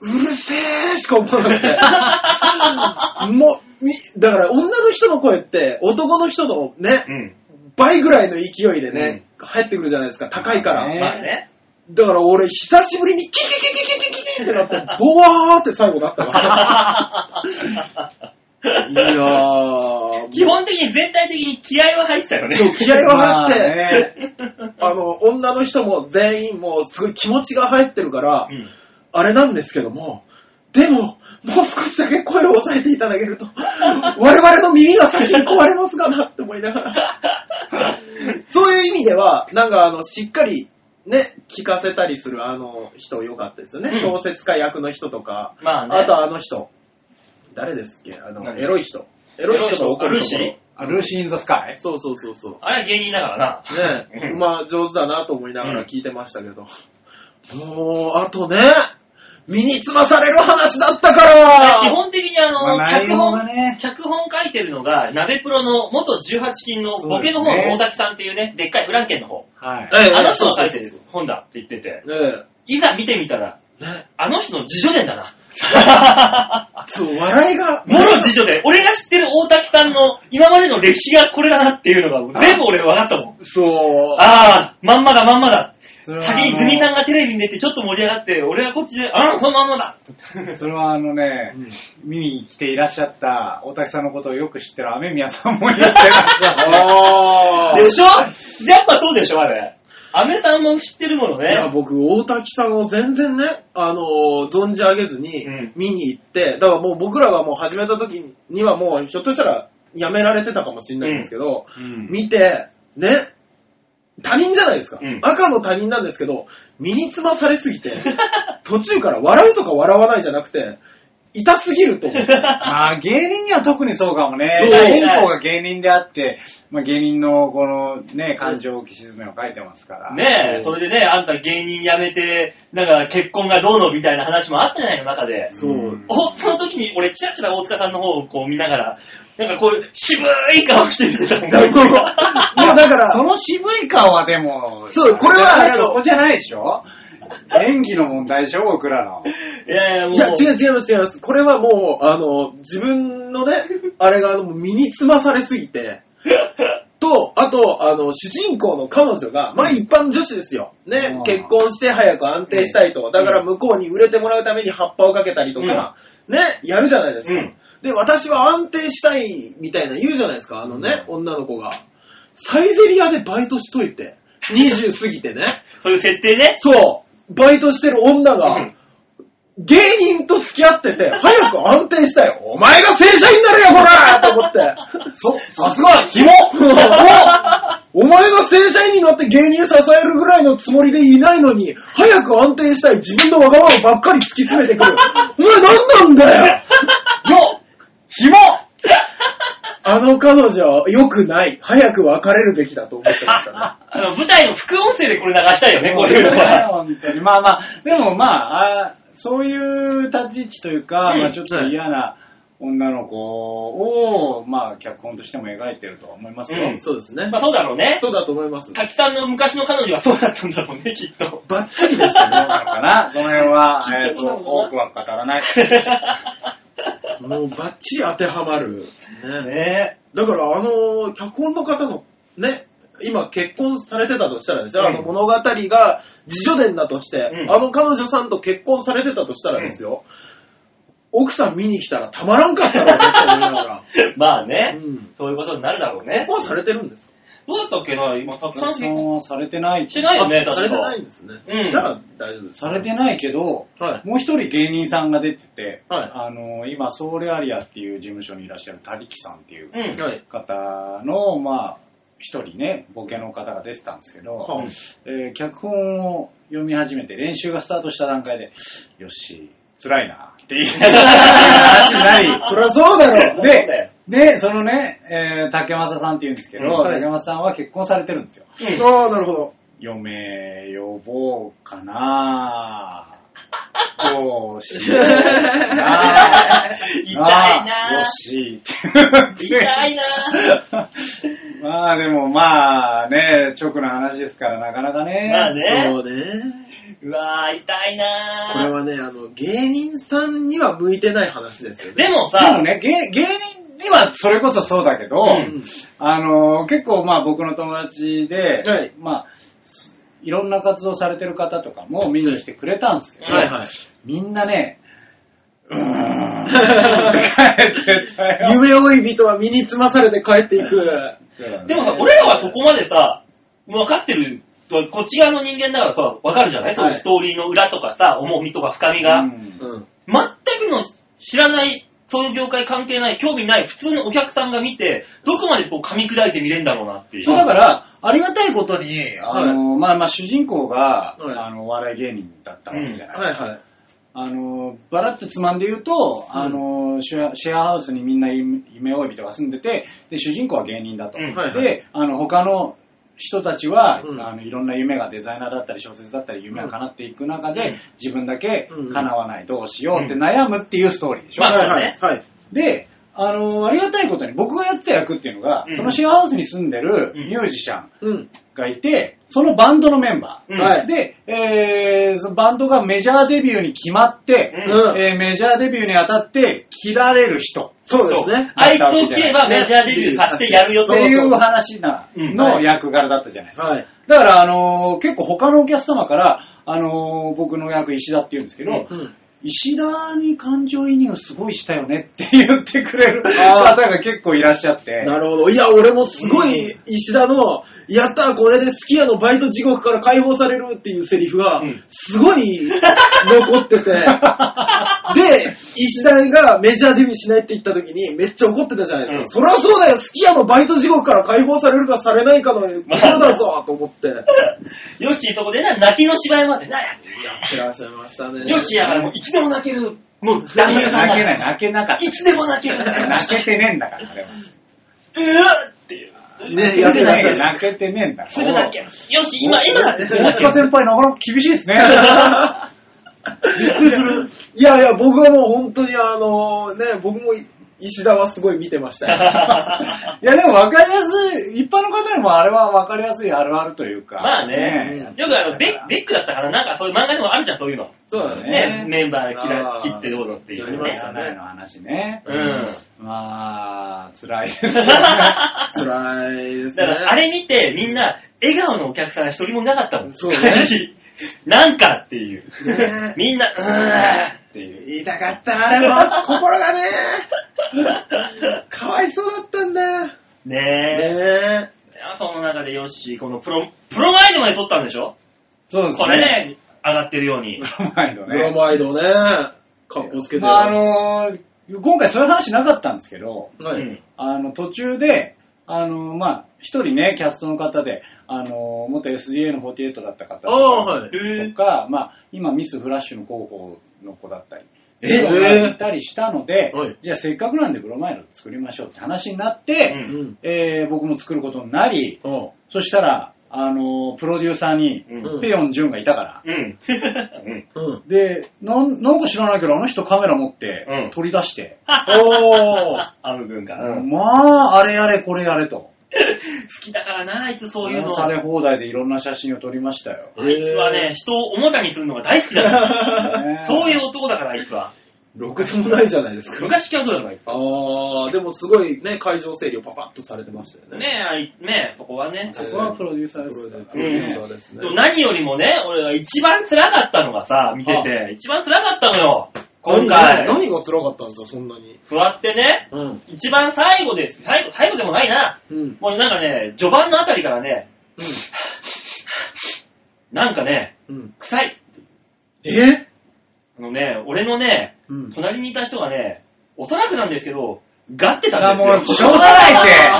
C: うるせえしか思わなくて。もう、みだから女の人の声って男の人のね、
B: うん。
C: 倍ぐらいの勢いでね、入ってくるじゃないですか、高いから。
D: ね
B: まあね。
C: だから俺久しぶりにキキキキキキキキってなって、ボワーって最後なったから。いや ー。
B: 基本的に全体的に気合は入ってたよね。
C: そう気合
D: ま
C: は
D: あ
C: 入って、
D: ね、
C: あの、女の人も全員もうすごい気持ちが入ってるから、
B: うん
C: あれなんですけども、でも、もう少しだけ声を抑えていただけると、 我々の耳が先に壊れますかなって思いながら。 そういう意味では、なんかあの、しっかり、ね、聞かせたりするあの人良かったですよね。
B: うん
C: 小説家役の人とか、
B: まあね。
C: あとあの人、誰ですっけあの、
B: 何
C: エロい人。エロい人と怒
B: エロ
C: るとこ
B: い人ルーシ
C: ろ。
D: あルーシー・イン・ザ・スカイ
C: そうそうそうそう。
B: あれは芸人だからな。
C: ね
B: う
C: え、
B: ん
C: まあ上手だなと思いながら聞いてましたけど。もう、あとね、身につまされる話だったか
B: 基
C: ら
B: 本的にあの、
D: まあ内
B: 脚
D: 容が
B: 本、
D: ね
B: 脚本書いてるのが、鍋プロの元18金のボケの方
D: そうです
B: の
D: ね
B: 大崎さんっていうね、でっかいフランケンの方。
D: はい。
C: ええ
B: あの人の書いてる本だって言ってて、
C: え
B: いざ見てみたら、
C: えね
B: あの人の自助伝だ な。
C: そう、笑いが、
B: もろ自助伝。俺が知ってる大滝さんの今までの歴史がこれだなっていうのが全部俺分かったもん。
C: そう、
B: あー、まんまだまんまだ。
D: それはあの
B: 先にズミさんがテレビに出てちょっと盛り上がって、俺がこっちで、あー、そのまんまだ。
D: それはあのね、
C: うん
D: 見に来ていらっしゃった大滝さんのことをよく知ってる雨宮さんもいらっしゃいま したね。
C: あ
B: でしょやっぱそうでしょ、あれ。アメさんも知ってるもの
C: いや、
B: ね。
C: 僕、大滝さんを全然ね、あのー存じ上げずに
B: うん
C: 見に行って、だからもう僕らがもう始めた時にはもうひょっとしたらやめられてたかもしれないんですけど、
D: うん
C: 見て、ね、他人じゃないですか、
B: うん
C: 赤の他人なんですけど、身につまされ すぎて、途中から笑うとか笑わないじゃなくて、痛すぎると思って。
D: まあ芸人には特にそうかもね。
C: そう
D: 主人公が芸人であって、まあ、芸人のこのね、感情を浮き沈めを書いてますから。
B: ねえ、それでね、あんた芸人辞めて、なんか結婚がどうのみたいな話もあったじゃないの、中で。
C: そう
D: うん
B: おその時に俺、チラチラ大塚さんの方をこう見ながら、なんかこう、渋い顔して見てたもん。
C: だからもう、もう だから、
D: その渋い顔はでも、
C: そうこれは
D: あれじゃないそこじゃないでしょ演技の問題でしょ、僕らの。
B: いやいや、もう。
C: いや、違う違います違います。これはもう、あの、自分のね、あれがあの身につまされすぎて、と、あと、あの、主人公の彼女が、まあ一般女子ですよ。
D: う
C: ね
D: ん、
C: 結婚して早く安定したいと。だから向こうに売れてもらうために葉っぱをかけたりとか、ね、やるじゃないですか。
B: うん
C: で、私は安定したいみたいな言うじゃないですか、あのね、女の子が。サイゼリアでバイトしといて、20過ぎてね。
B: そういう設定ね。
C: そう、バイトしてる女
B: う
C: が
B: ん、
C: 芸人と付き合ってて、早く安定したよ。お前が正社員になれよ、こらと思って。
F: そ、さすが、紐
C: お前が正社員になって芸人支えるぐらいのつもりでいないのに、早く安定したい自分のわがままばっかり突き詰めてくる。お前何なんだよ
F: よ紐
C: あの彼女は良くない。早く別れるべきだと思ってましたね。
B: ああの舞台の副音声でこれ流したいよね、こういうのは。
D: 本当にまあまあ、でもまあ、あーそういう立ち位置というか、
B: うん
D: まあちょっと嫌な女の子を、まあ脚本としても描いてるとは思いますよ。
B: うん
C: そうですね
B: まあそうだろうね。
C: そうだと思います。
B: 滝さんの昔の彼女はそうだったんだろうね、きっと。
C: バッチリでした
D: どう
C: ね。
D: なのかなその辺は、え
B: き
D: っ
B: っ
D: と、
B: とそうなのかな
D: 多くは語らない。
C: もうバッチリ当てはまる。 ね
B: ね
C: だから、あの、脚本の方の、ね、今結婚されてたとしたらですよ、
B: うん
C: あの物語が自叙伝だとして、
B: うん
C: あの彼女さんと結婚されてたとしたらですよ、奥さん見に来たらたまらんかったろうなって思いながら。
B: まあね、
C: うん。
B: そういうことになるだろうね
C: 結。婚されてるんですか
B: どうだったっけな、今、滝さん
D: さ
B: 結婚
D: んはされてない
B: してないよね、
C: あさ
B: 確
C: れてな
B: か
C: い。んですね。
B: うん
C: じゃあ大丈夫です。
D: されてないけど、
C: は
D: もう一人芸人さんが出てて、
C: はい
D: あの今ソウルアリアっていう事務所にいらっしゃるタリキさんっていう
B: うん
C: い。。はい。
D: 方の、まあ、一人ね、ボケの方が出てたんですけど、
C: はあ
D: えー脚本を読み始めて練習がスタートした段階で、よし、辛いな、っていう話になり、
C: そりゃそうだろう。
B: そうだよ
D: で、で、そのね、えー竹正さんっていうんですけど、
C: はい
D: 竹正さんは結婚されてるんですよ。
C: ああ、なるほど。
D: 嫁呼ぼうかなどうしようかな
B: 痛いな
D: よし。
B: 痛いな
D: まあでもまあね、直な話ですからなかなかね。
B: まあね
C: そ。うね。
B: うわぁ、痛い
C: これ
B: な
C: はね、あの、芸人さんには向いてない話ですよね。
B: でも
D: で
B: さ
D: も、ね、芸芸人にはそれこそそうだけど、
B: うん
D: あの、結構まあ僕の友達で、
C: はい
D: まあ、いろんな活動されてる方とかも見に来てくれたんですけど、
C: はいはい。
D: みんなね、うーん、帰ってたよ。
C: 夢追い人は身につまされて帰っていく。
B: でもさ、俺らはそこまでさ、分かってる、こっち側の人間だからさ、分かるじゃない、そのストーリーの裏とかさ、重みとか深みが。
D: う
C: う
D: ん
C: ん。
B: 全くの知らない、そういう業界関係ない、興味ない、普通のお客さんが見て、どこまでこう噛み砕いて見れるんだろうなっていう。
D: そうだから、ありがたいことに、あの、まあまあ主人公が、
C: はい
D: あの、お笑い芸人だったわけじゃない。
C: はいはい。
D: あの、バラってつまんで言うと、あの、シェアシェアハウスにみんな夢追い人が住んでて、で、主人公は芸人だと。
B: うん
C: はいはい
D: で、あの、他の人たちは、
C: うん
D: あの、いろんな夢がデザイナーだったり小説だったり夢が叶っていく中で、
B: うん
D: 自分だけ
C: うん
D: 叶わない、どうしようって悩むっていうストーリーでしょ。
B: まあ
C: はいは
B: ね
C: い。はい。
D: で、あの、ありがたいことに僕がやってた役っていうのが、
B: うん
D: そのシェアハウスに住んでる
B: うん
D: ミュージシャン
C: うん。
D: がいて、そのバンドのメンバー。
B: うん
C: はい
D: で、えー、そのバンドがメジャーデビューに決まって、
B: うん
C: うん
D: えーメジャーデビューにあたって、切られる人
C: そうで
B: そ
C: す
B: う
C: ね。
B: あいつを切ればメジャーデビューさせてやるよ
D: っ
B: ってて
D: い
B: いう。
D: う話な、
B: うん
D: の役柄だったじゃないですか。
C: はい。
D: だから、あのー結構他のお客様から、あのー僕の役石田って言うんですけど、
B: うん
C: うん。
D: 石田に感情移入すごいしたよねって言ってくれる
C: あ
D: 方
C: ー
D: が結構いらっしゃって。
C: なるほど。いや、俺もすごい石田の、やったーこれでスキヤのバイト地獄から解放されるっていうセリフが
B: うん、
C: すごい残 ってて、で、石田がメジャーデビューしないって言った時にめっちゃ怒ってたじゃないですか。そりゃそうだよ、スキヤのバイト地獄から解放されるかされない かのところだぞと思って、や
B: ヨッシーそこでな、泣きの芝居までな、やってる
C: ってらっしゃいましたね。
B: ヨッシーやからもういつでも泣ける、もう男優さん
D: 泣け
B: だ。
D: ない、泣けなかっ
B: いつでも泣ける。う
D: た。泣けてねえんだから、あれは。
B: ーっていう。
C: ね、やってらっしゃいました。
D: 泣けてねえんだから。
B: すぐ泣ける。ヨッシー、今、今だってすぐ
D: 大
B: 泣け
D: 塚
B: る。
D: 先輩なかなか厳しいで すね。
C: いやいや、僕はもう本当にあのね、僕も石田はすごい見てましたよ。
D: いや、でも分かりやすい、一般の方にもあれは分かりやすいあるあるというか。
B: まあね、よくあの、ベッベックだったからなんかそういう漫画でもあるじゃん、そういうの。
C: そうだね。
B: ね、メンバー切
C: あ
B: ら
C: ー
B: 切ってどうのってい
C: やり
B: う
C: ま
B: ね
C: し。たね
D: 占いの話ね。
B: うん。
D: まあ、辛い です。
C: 辛いですね。
B: だから、あれ見て、みんな、笑顔のお客さんが一人もいなかったもん。
C: そうね
B: 帰り なんかっていう。みんな、うーんって いう。
C: 言いたかった、あれは。心がね、かわいそうだったんだよ。ね
B: ねえ。
C: え。
B: その中でヨッシー、このプロ、プロマイドまで撮ったんでしょ
D: そうですね。
B: これ。ね、上がってるように。
D: ブロマイド
C: ブロ
D: ね。
C: マイドね、格好つけて。
D: まあ、あのー今回そういう話なかったんですけど、
C: は
B: う
C: い
B: ん
D: あの、途中で、あのーまあ、一人ね、キャストの方で、あのー元 SDA の48だった方とか、
C: ああ、はい。
B: え
D: とか、まあ、今ミスフラッシュの広報の子だったり、
B: え
D: とかいたりしたので、
C: はい
D: じゃあせっかくなんでブロマイド作りましょうって話になって、
B: うん
C: うん。
D: えー僕も作ることになり、
C: お
D: そしたら、あのープロデューサーに、
B: う
C: うん
B: ん。
D: ペヨンジュンがいたから、
B: うん。 うん
C: ううん。
D: でなん、なんか知らないけど、あの人カメラ持って
B: うん、
D: 取り出して、
C: おー。
B: アム君が。好
D: まあ、あれあれこれあれと、
B: きだからな、あいつそういうの。
D: され放題でいろんな写真を撮りましたよ。
B: あいつはね、人をおもちゃにするのが大好きだから。
D: ね
B: そういう男だから、あいつは。
C: ろくでもないじゃないですか。
B: 昔からそうだから、あいつは。
C: ああ、でもすごいね、会場整理をパパッとされてましたよね。
B: ねえ、あいねえ、そこはね。
D: そこはプロデューサーですからね。
C: プロデューサーですね
B: で。も何よりもね、俺が一番辛かったのがさ、見てて、一番辛かったのよ。今
C: 何
B: 回。
C: 何が辛かったんですか、そんなに。
B: 座ってね、
C: うん。
B: 一番最後です。最後、最後でもないな。
C: うん。
B: もうなんかね、序盤のあたりからね、なんかね、
C: うん。
B: 臭い。
C: え
B: あのね、俺のね、
C: うん。
B: 隣にいた人がね、おそらくなんですけど、ガってた
D: あ
B: んですよ。
D: もう、しょうが ない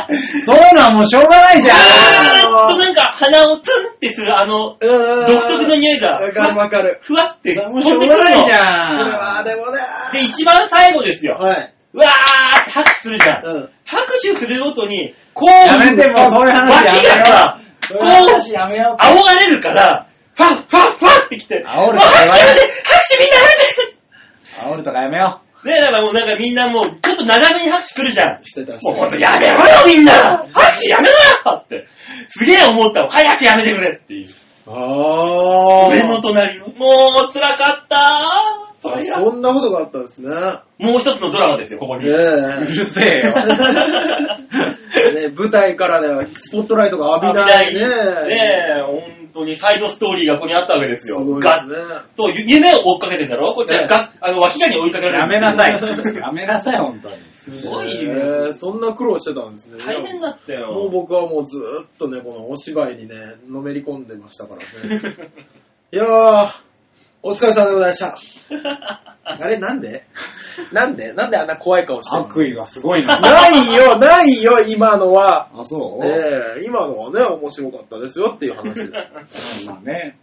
D: って。そうなんもうしょうがないじゃ
B: ずーっと
D: ん。
B: なんか鼻をツンってするあの、独特の匂いが、
C: わかる
B: ふわ
C: わかる。
B: ふわって飛
D: もうしょ
B: ん
D: う
B: でく
D: が
B: る
D: ないじ
B: の。
C: それ
D: ゃ
C: は、
D: ん。
C: でもね。
B: で、一番最後ですよ。
C: はい。
B: うわーって拍手するじゃん。
C: うん。
B: 拍手するごとに、こう、
D: やめてもうそういう話やめ
B: 脇
D: よう
B: がさ、
D: そう
B: こ
D: いう
B: う、
D: 話やめようって。
B: 煽られるから、ファッファッファッってきて、
D: 煽る
B: もう
D: とか
B: 拍手
D: 言わ
B: やめ
D: な
B: て拍手みんなやめて
D: 煽るとかやめよ
B: ねえ、だからもうなんかみんなもう、ちょっと長めに拍手するじゃん。
C: してたし
B: もう
C: て
B: ほんと
C: た。
B: やめろよみんな拍手やめろよって、すげえ思ったの。早くやめてくれっていう。
C: ああ。
B: 俺の隣の。もう、辛かったそ
C: あ
B: れが
C: そんなことがあったんですね。
B: もう一つのドラマですよ、ここに。
D: う。う
C: ね
D: るせえよ。
C: え。ね舞台からではスポットライトが浴びないね。
B: ねえ、本当にサイドストーリーがここにあったわけです
C: す
B: よ。
C: ごいで
B: ガ
C: す
B: ッ
C: ね。
B: そう、ゆ夢を追っかけてんだろこっち
C: え
B: は
C: え
B: が、あの、脇がに追いかけられる。
D: やめなさい。やめなさい、本当に。
B: すごい
C: ね
B: よ。
C: えそんな苦労してたんですね。
B: 大変だったよ。
C: も う僕はもうずーっとね、このお芝居にね、のめり込んでましたからね。 いやー、お疲れ様でございました。あれ、なん でなんでなんであんな怖い顔してるの
D: 悪意がすごい な。
C: ないよ、ないよ、今のは。
D: あ、そう、
C: ねえ、今のはね、面白かったですよっていう 話です。
D: まあね。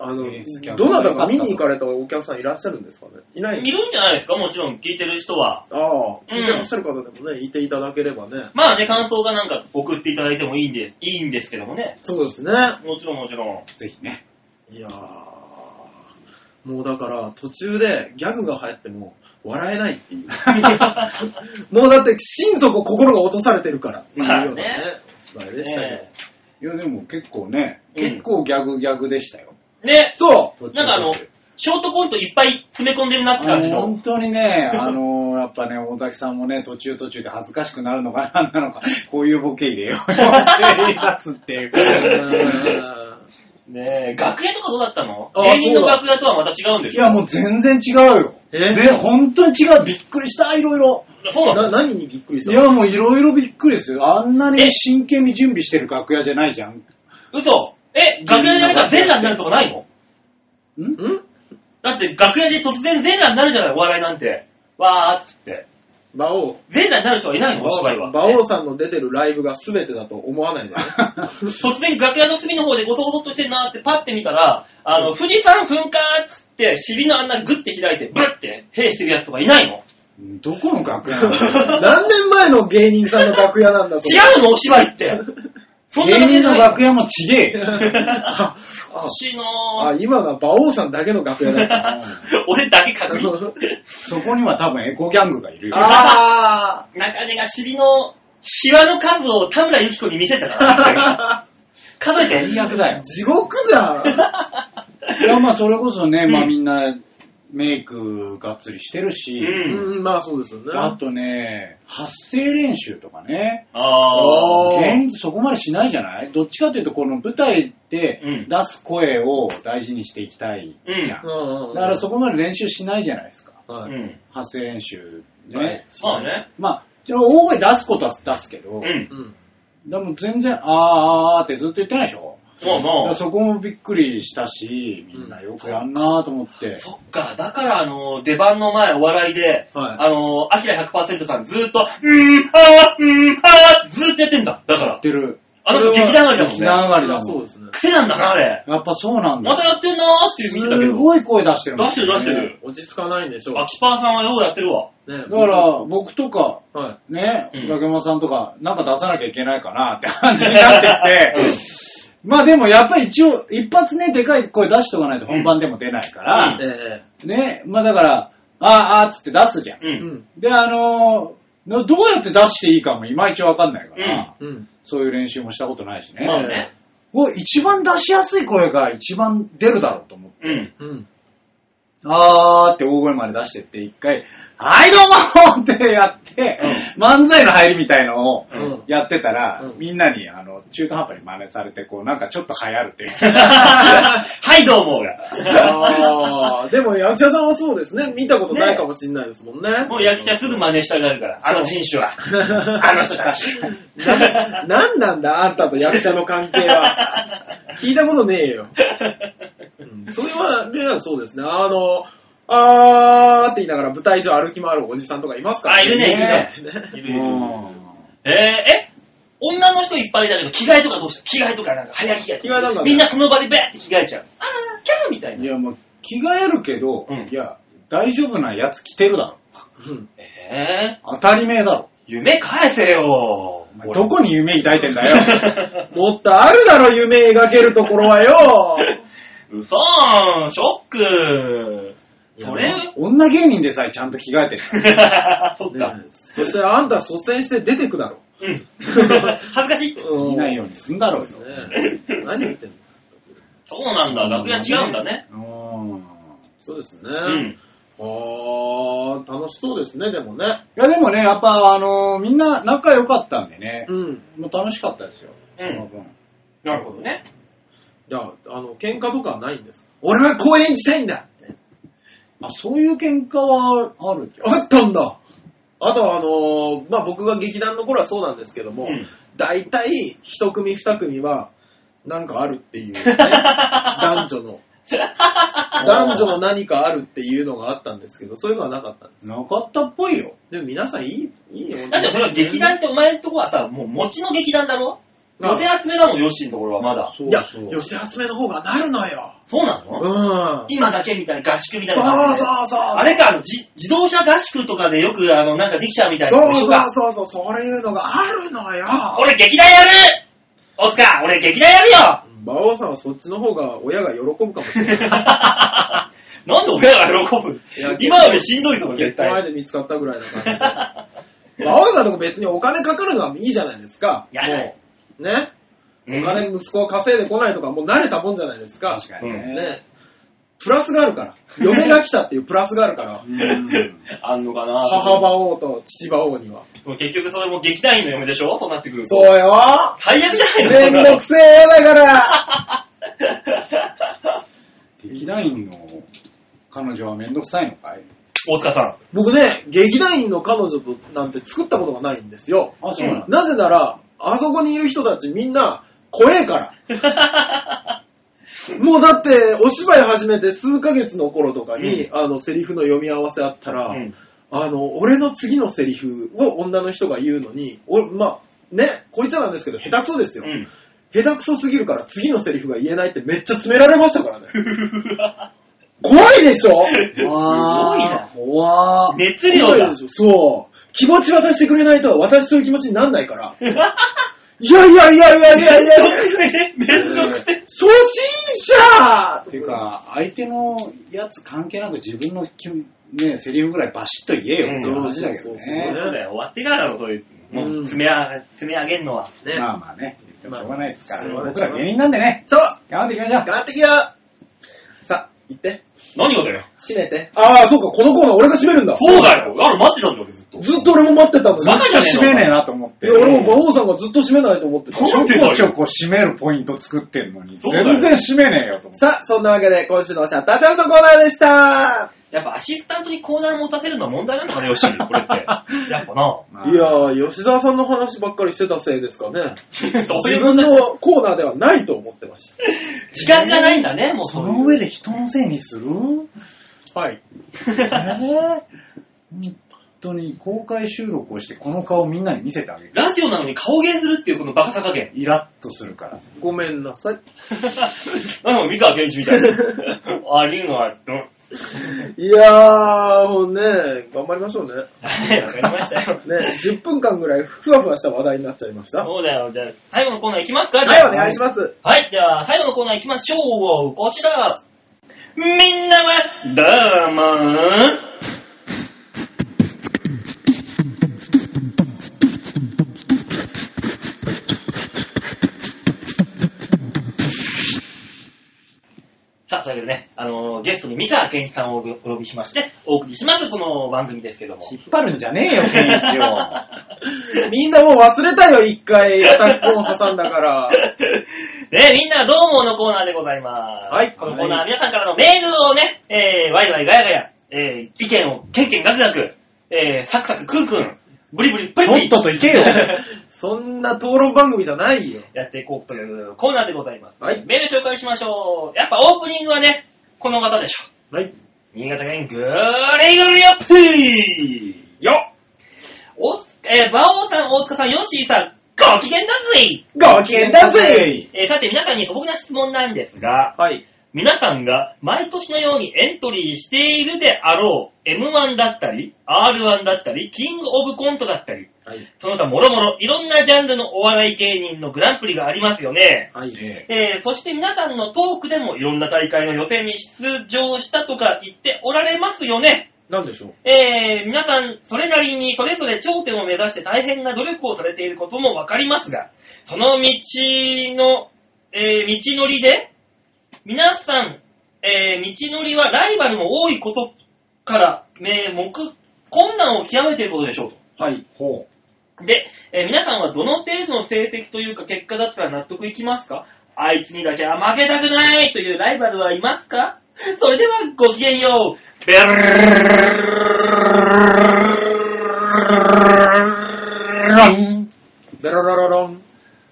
C: あの
D: いいですけ、ど
C: どなたか見に行かれたお客さんいらっしゃるんですかねいない
B: いるんじゃないですかもちろん聞いてる人は。
C: ああ、聞いてらっしゃる方でもね、いていただければね。
B: まあね、感想がなんか送っていただいてもいいんで、いいんですけどもね。
C: そうですね。
B: もちろんもちろん。
D: ぜひね。
C: いやー、もうだから途中でギャグが流行っても笑えないっ ていう。もうだって心底心が落とされてるからっていうようなね、芝居でしたけど。
B: ね
D: いや、でも結構ね、
B: うん
D: 結構ギャグギャグでしたよ。
B: えね
C: そう
D: 途
B: な
D: 中
B: んかあの
D: 途中
B: ショートコントいっぱい詰め込んでるなって
D: あ
B: 感じ
D: の
B: の
D: 本。当にね、あのやっぱね、大滝さんもね、途中途中で恥ずかしくなるのかなんなのか、こういうボケ入れようとしていますってい う
C: ーん
B: ねえ、楽屋とかどうだったの
C: あ
B: 芸人の
C: そうだ
B: 楽屋とはまた違うんで
D: い
B: しょ
D: や、もう全然違うよ。
C: え
D: ぜ本当に違う。びっくりした、いろいろ。
B: そうなの
C: な何にびっくりし
D: い
C: たの
D: や、もういろいろびっくりですよ。あんな
B: え
D: に真剣に準備してる楽屋じゃない じゃん。ん
B: 嘘え、楽屋じゃなか全裸になるとかないの
C: ん
B: だって楽屋で突然全裸になるじゃない、お笑いなんて。わーっつって。
C: 馬王。
B: 全裸になる人はいないの、お芝居は。
C: 馬王さんの出てるライブが全てだと思わないでね。
B: 突然楽屋の隅の方でごそごそっとしてんなーってパッて見たら、あの、富士山噴火っつって、尻の穴グッて開いて、ブルって、閉してるやつとかいないの
D: どこの楽屋なの
C: 何年前の芸人さんの楽屋なんだと
B: 違うのお芝居って。 そんなの
D: 芸人の楽屋もちげえよ。
B: おかしいな
C: あ
B: ぁ。、
C: 今が馬王さんだけの楽屋だった。
B: 俺だけ確認。
D: そこには多分エコギャングがいるよ。
C: あ
B: 中根が尻の、シワの数を田村由紀子に見せた から。数えて。
D: 最悪だよ
C: ー、。地獄じゃん。
D: いや、まあそれこそね、ま
B: う
D: あ
B: ん
D: みんなメイクがっつりしてるし、
B: うん。
C: うん、まあそうですよね。
D: あとね、発声練習とかね、
B: ああ。
C: ー
D: 現そこまでしないじゃないどっちかというと、この舞台
B: うん
D: で出す声を大事にしていきたいじゃん。
C: うんうん、
D: だからそこまで練習しないじゃないですか。
B: う
C: はい
B: ん。
D: 発声練習ね。
C: はい
B: そうね。
D: まあ、じゃあ大声出すことは出すけど、
B: うん。
C: うん
D: でも全然、あーあーあーってずっと言ってないでし
B: も
D: ょ
B: う
D: だか
B: も
D: ら
B: う。
D: そこもびっくりしたし、みんなよくやんなーと思って。
B: そっか、だからあの、出番の前お笑いで、
C: はい
B: あの、アキラ100%さんずーっと、うーん、あー、うーん、あー、ずーっとやってんだ。だか
D: や
B: ら
D: っ、てる。
B: あの人劇団上がりだもん
D: 劇団
B: ね。
D: 上がりだ
C: まあそ
D: も
C: うんで。すね。
B: 癖なんだな、あれ。
D: やっぱそうなん
B: ま
D: だ。
B: たやってんなーって見てたけ
D: す
B: ど。
D: ごい声出してるも
B: 出してる
D: んね
B: 出してる。
C: 落ち着かないんでしょう。
B: アキパーさんはようやってるわ。
C: ね、だ
D: だか、ら、僕とか、
C: は
D: ね、
B: うん
D: 竹山さんとか、なんか出さなきゃいけないかなって感じに なってきて、まあでもやっぱり一応、一発ね、でかい声出しとかないと本番でも出ないから
C: い。、え
D: ね、まあだから、あーあーっつって出すじゃん。
B: う。
C: えうんん。
D: で、あのーのどうやって出していいかもいまいちわかんないから、
C: うん。
D: そういう練習もしたことないしね。
B: まあね。
D: もう一番出しやすい声が一番出るだろうと思って、
B: うん。
C: うん。
D: あーって大声まで出してって一回、はいどうもーってやって、漫才の入りみたいのを
C: うん。
D: やってたら、
C: うん
D: みんなにあの中途半端に真似されて、こうなんかちょっと流行るっていう。
B: はい、どうも
C: ああ、でも役者さんはそうですね。見たことないかもしれないですもんね。
B: もう役者すぐ真似したくなるから、あの人種は。 あの人たち。
C: な、なんなんだ、あんたと役者の関係は。聞いたことねえよ。うんそれは、ね、そうですね。あの、あーって言いながら舞台上歩き回るおじさんとかいますから
B: あいるね
C: 人気だってね
B: いるいる
D: うん
B: えー、え女の人いっぱいだけど、着替えとかどうした着替えとかなんか、早着替え。
C: 着替えなんかね
B: みんなその場でベーって着替えちゃう。あー、キャーみたい
D: い
B: な。
D: やもう着替えるけど、
B: うん
D: いや大丈夫なやつ着てるだろ。
C: うん
B: えー、
D: 当たり前だろ。
B: 夢返せよ
D: お前どこに夢抱いてんだよ。
C: もっとあるだろ、夢描けるところはよ。
B: うそーん、ショック。 それ、
D: 女芸人でさえちゃんと着替えてる。
B: そっか。
C: ね そしてあんた率先して出てくだろ。
B: うん。恥ずかしい。
C: うん
D: いないようにすんだろうよ。
C: ね何言ってんの
B: そうなんだ、楽屋違うんだね。
D: うん。
C: そうですね。
B: うん。
C: あー、楽しそうですね、でもね。
D: いやでもね、やっぱあのーみんな仲良かったんでね、
C: うん。
D: もう楽しかったですよ。
B: うん
D: その分
B: なるほどね。
C: じゃあ、あの、喧嘩とかはないんですか俺は公演したいんだ
D: あ、そういう喧嘩はあるじゃん。
C: あったんだあとはあのーまあ、僕が劇団の頃はそうなんですけども、
B: うん
C: 大体一組二組は、なんかあるっていう、 ね、男女 の。男女の何かあるっていうのがあったんですけど、そういうのはなかったんです。
D: なかったっぽいよ。
C: でも皆さんいい、いいよ。
B: だってそれは劇団ってお前んとこはさ、もう持ちの劇団だろ
C: あ
B: 寄せ集めだもん、ヨッシーのところはまだ。
D: そう
C: いや
D: そう、
C: 寄せ集めの方がなるのよ。
B: そうなの、
C: うん。
B: 今だけみたいな合宿みたい
C: そ
B: な感
C: う
B: じで。
C: そうそう。
B: あれか、あのじ自動車合宿とかでよく、あの、なんかできちゃうみたいな。
C: そう
B: 人が
C: そうそうそう、そういうのがあるのよ。
B: 俺劇団やるオスカー、俺劇団やる よ
C: 馬王さんはそっちの方が親が喜ぶかもしれない。
B: なんで親が喜ぶ
C: いや
B: 今よりしんどいとこ絶
C: 結婚前
B: 対。
C: で見つかったぐらいだから。馬王さんとか別にお金かかるのはいいじゃないですか。
B: やだよ
C: もう。ね。
B: うん
C: お金息子を稼いでこないとかもう慣れたもんじゃないですか。
D: 確かに
B: う
D: ね。
C: ね。プラスがあるから。嫁が来たっていうプラスがあるから
D: う。ん
B: あんのかな
C: 母馬王と父馬王には。
B: でも結局それも劇団員の嫁でしょそうなってくると。
C: そうよ
B: 最悪じゃない
C: めん
B: の
C: どくせえよだから
D: 劇団員の彼女はめんどくさいのかい
B: 大塚さん。
C: 僕ね、劇団員の彼女となんて作ったことがないんですよ。
D: あ、そうなんだ。
C: なぜなら、あそこにいる人たちみんな怖えから。もうだって、お芝居始めて数ヶ月の頃とかに、あの、セリフの読み合わせあったら、
B: うん
C: あの、俺の次のセリフを女の人が言うのに、おまあ、ね、こいつらなんですけど、下手くそですよ。
B: うん。
C: 下手くそすぎるから次のセリフが言えないってめっちゃ詰められましたからね。怖いでしょ
D: あー怖ー
B: 熱量
C: 怖い
B: が
C: で。しょそう。気持ち渡してくれないと私そういう気持ちになんないから。いやいやいやいやいやいやいや、
B: ね、めんどくせえ。
C: 初心者
D: っていうか、相手のやつ関係なく自分のきね、セリフぐらいバシッと言えよっていう話だけど
C: うんそうそうそう
D: ね。
B: そうだよ、終わってからだろ、そういう。もう、詰めあ、詰め上げんのは。
C: ね
D: まあまあね、言ってもしょうがないですから、
C: まあ
D: 僕ら芸人なんでね、
C: そう
D: 頑張っていきましょう。
C: 頑張ってきよさあ、行って。
B: 何がだよ。
C: 閉めて。ああ、そうか、このコーナー俺が閉めるんだ。
B: そうだよ。あれ、待ってたんだよ、ずっと。
C: ずっと俺も待ってたんだよ。
B: バカじゃねえの
D: 閉めねえなと思って
C: いや、。俺も馬王さんがずっと閉めないと思ってた。
D: ちょこちょこ閉めるポイント作ってんのに、
B: そうだよ
D: 全然閉めねえよと思っ て。
C: さあ、そんなわけで今週のシャッターチャンスのコーナーでした。
B: やっぱアシスタントにコーナー持たせるのは問題なのかね、よし、これって。やっぱな。
D: まあ
C: いやー、吉沢さんの話ばっかりしてたせいですかね。
B: そうい
C: 自
B: う問
C: 分
B: 題。
C: のコーナーではないと思ってまし
B: 時間がないんだね、もう
D: そうの
B: いう。
D: 上で人のせいにする
C: た。はい。
D: えー本当に公開収録をしてこの顔みんなに見せてあげる。
B: ラジオなのに顔芸するっていうこのバカさ加減。
D: イラッとするから。
C: ごめんなさい。
B: なんか三河健一みたいな。ありがとう。
C: いやー、もうね、頑張りましょうね。
B: はい、わかりましたよ。
C: ね、10分間ぐらいふわふわした話題になっちゃいました。は
B: そうだよ。じゃあ、最後のコーナーいきますか
C: い、お願いし
B: ま
C: ます。
B: す。はい、じゃあ、最後のコーナーいきましょう。こちら。みんなは、どうもさあ、というわけでね、あのーゲストに三河健一さんをお呼びしまして、お送りします、この番組ですけども。
D: 引っ張るんじゃねえよ、ケンイチを。
C: みんなもう忘れたよ、一回、昨今挟んだから。
B: ね、みんなどうものコーナーでございます。
C: はい
B: このコーナーは皆さんからのメールをね、えー、ワイワイガヤガヤ、えー、意見をケンケンガクガク、えー、サクサククンクン、ブリブリプリプリ
D: とっとと行けよ。
C: そんな討論番組じゃないよ。
B: やっていこうというコーナーでございます。
C: はい
B: メール紹介しましょう。やっぱオープニングはね、この方でしょ。
C: はい。
B: 新潟県グーリグリアッピーよおす、えー、馬王さん、大塚さん、ヨッシーさん、ご機嫌だぜ
C: ご機嫌だぜ
B: えー、さて皆さんに素朴な質問なんですが、
C: はい。
B: 皆さんが毎年のようにエントリーしているであろう M1 だったり、R1 だったり、キングオブコントだったり、
C: はい。
B: その他もろもろいろんなジャンルのお笑い芸人のグランプリがありますよね。
C: はい。
B: えー、そして皆さんのトークでもいろんな大会の予選に出場したとか言っておられますよね。
C: なんでしょう
B: えー、皆さん、それなりにそれぞれ頂点を目指して大変な努力をされていることもわかりますが、その道の、えー道のりで、皆さん、えー道のりはライバルも多いことから、名目、困難を極めていることでしょう
C: はい。ほ
B: と。で、えー皆さんはどの程度の成績というか結果だったら納得いきますかあいつにだけは負けたくないというライバルはいますかそれではごきげんよう。ベル
C: う。ベロロロロン。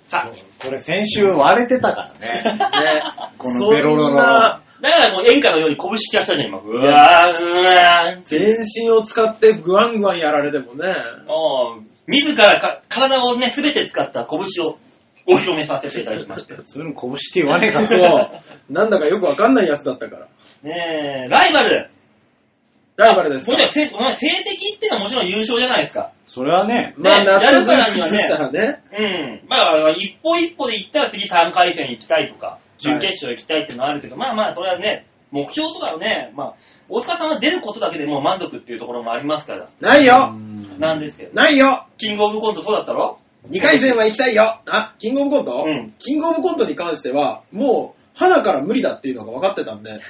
B: さあ、
D: これ先週割れてたから ね。
C: ね。
D: このベロロ
C: そん
D: ロ。
C: な
B: だからもう演歌のように拳切らしたじゃん、今。うわー、うわー。
C: 全身を使ってグワングワンやられてもね。
B: もう自らか体をね、すべて使った拳をお披露目させていただきまして。
D: そういうの拳って言わねえから。
C: そう。なんだかよくわかんないやつだったから。
B: ねえ、ライバル。
C: ライバルです
B: も
C: か
B: ちろんせ、まあ成績ってのはもちろん優勝じゃないですか。
D: それはね、
C: まあ、
B: ね
C: 納得
B: やるからに
C: い
B: は
C: く
B: ね
C: としたらね。
B: うん。まあ、一歩一歩で行ったら次3回戦行きたいとか、準決勝行きたいっていうのはあるけど、まあまあ、それはね、目標とかはね、まあ、大塚さんは出ることだけでもう満足っていうところもありますから、
C: ないよ
B: なんですけど。
C: ないよ
B: キングオブコントそうだった ろ
C: !2 回戦は行きたいよあ、キングオブコント
B: うん
C: キングオブコントに関しては、もう、花から無理だっていうのが分かって たんで。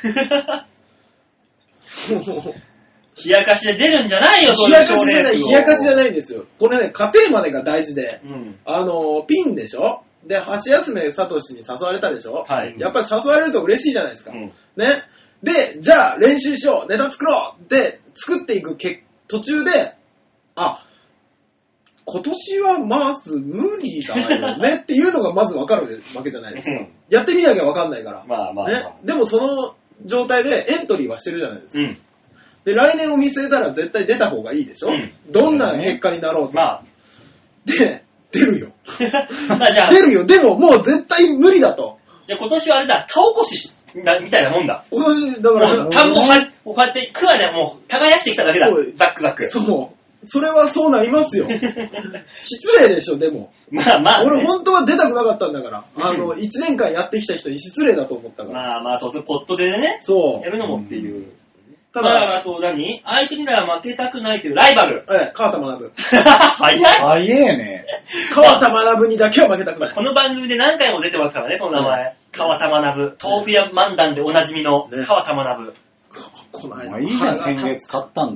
B: 冷やかしで出るんじゃないよ、
C: 冷やかしじゃな
B: そ
C: い、冷
B: うう
C: やかしじゃないんですよ。これね、家庭までが大事で、
B: うん。
C: あの、ピンでしょで、橋休めさとしに誘われたでしょ
B: はい
C: やっぱり誘われると嬉しいじゃないですか。
B: うん
C: ね。で、じゃあ練習しよう、ネタ作ろうで、作っていくけ途中で、あ、今年はまず無理だよねっていうのがまずわかるわけじゃないですか。やってみなきゃわかんないから。
B: まあまあまあ
C: ね。でもその状態でエントリーはしてるじゃないですか。
B: うん。
C: で、来年を見据えたら絶対出た方がいいでしょ、
B: うん
C: どんな結果になろうと。
B: まあ。
C: で、出るよ。
B: まあじゃあ、
C: 出るよ。でももう絶対無理だと。
B: じゃあ今年はあれだ、田起こししなみたいなもんだ。
C: 今年、だか
B: もう
C: ら、
B: 田んぼをこうやって、クワでもう耕してきただけだ
C: そう。
B: バックバック。
C: そう。それはそうなりますよ。失礼でしょ、でも。
B: まあまあ、ね。
C: 俺本当は出たくなかったんだから。あの、1年間やってきた人に失礼だと思ったから。
B: まあまあ、当然ポットでね、
C: そ
B: やるのもっていう。
C: う。
B: た
C: た
B: だ、まあ、あ
C: だ、
B: と何相手になら負けたくないというライバル。
C: ええ、川田学。
B: 早い
D: あ、いえね。
C: 川田学にだけは負けたくない。
B: この番組で何回も出てますからね、その名前。川田学。豆腐屋漫談でおなじみの
C: ね
B: 川田学。
C: この
D: まあいいじゃん、先月買ったんだ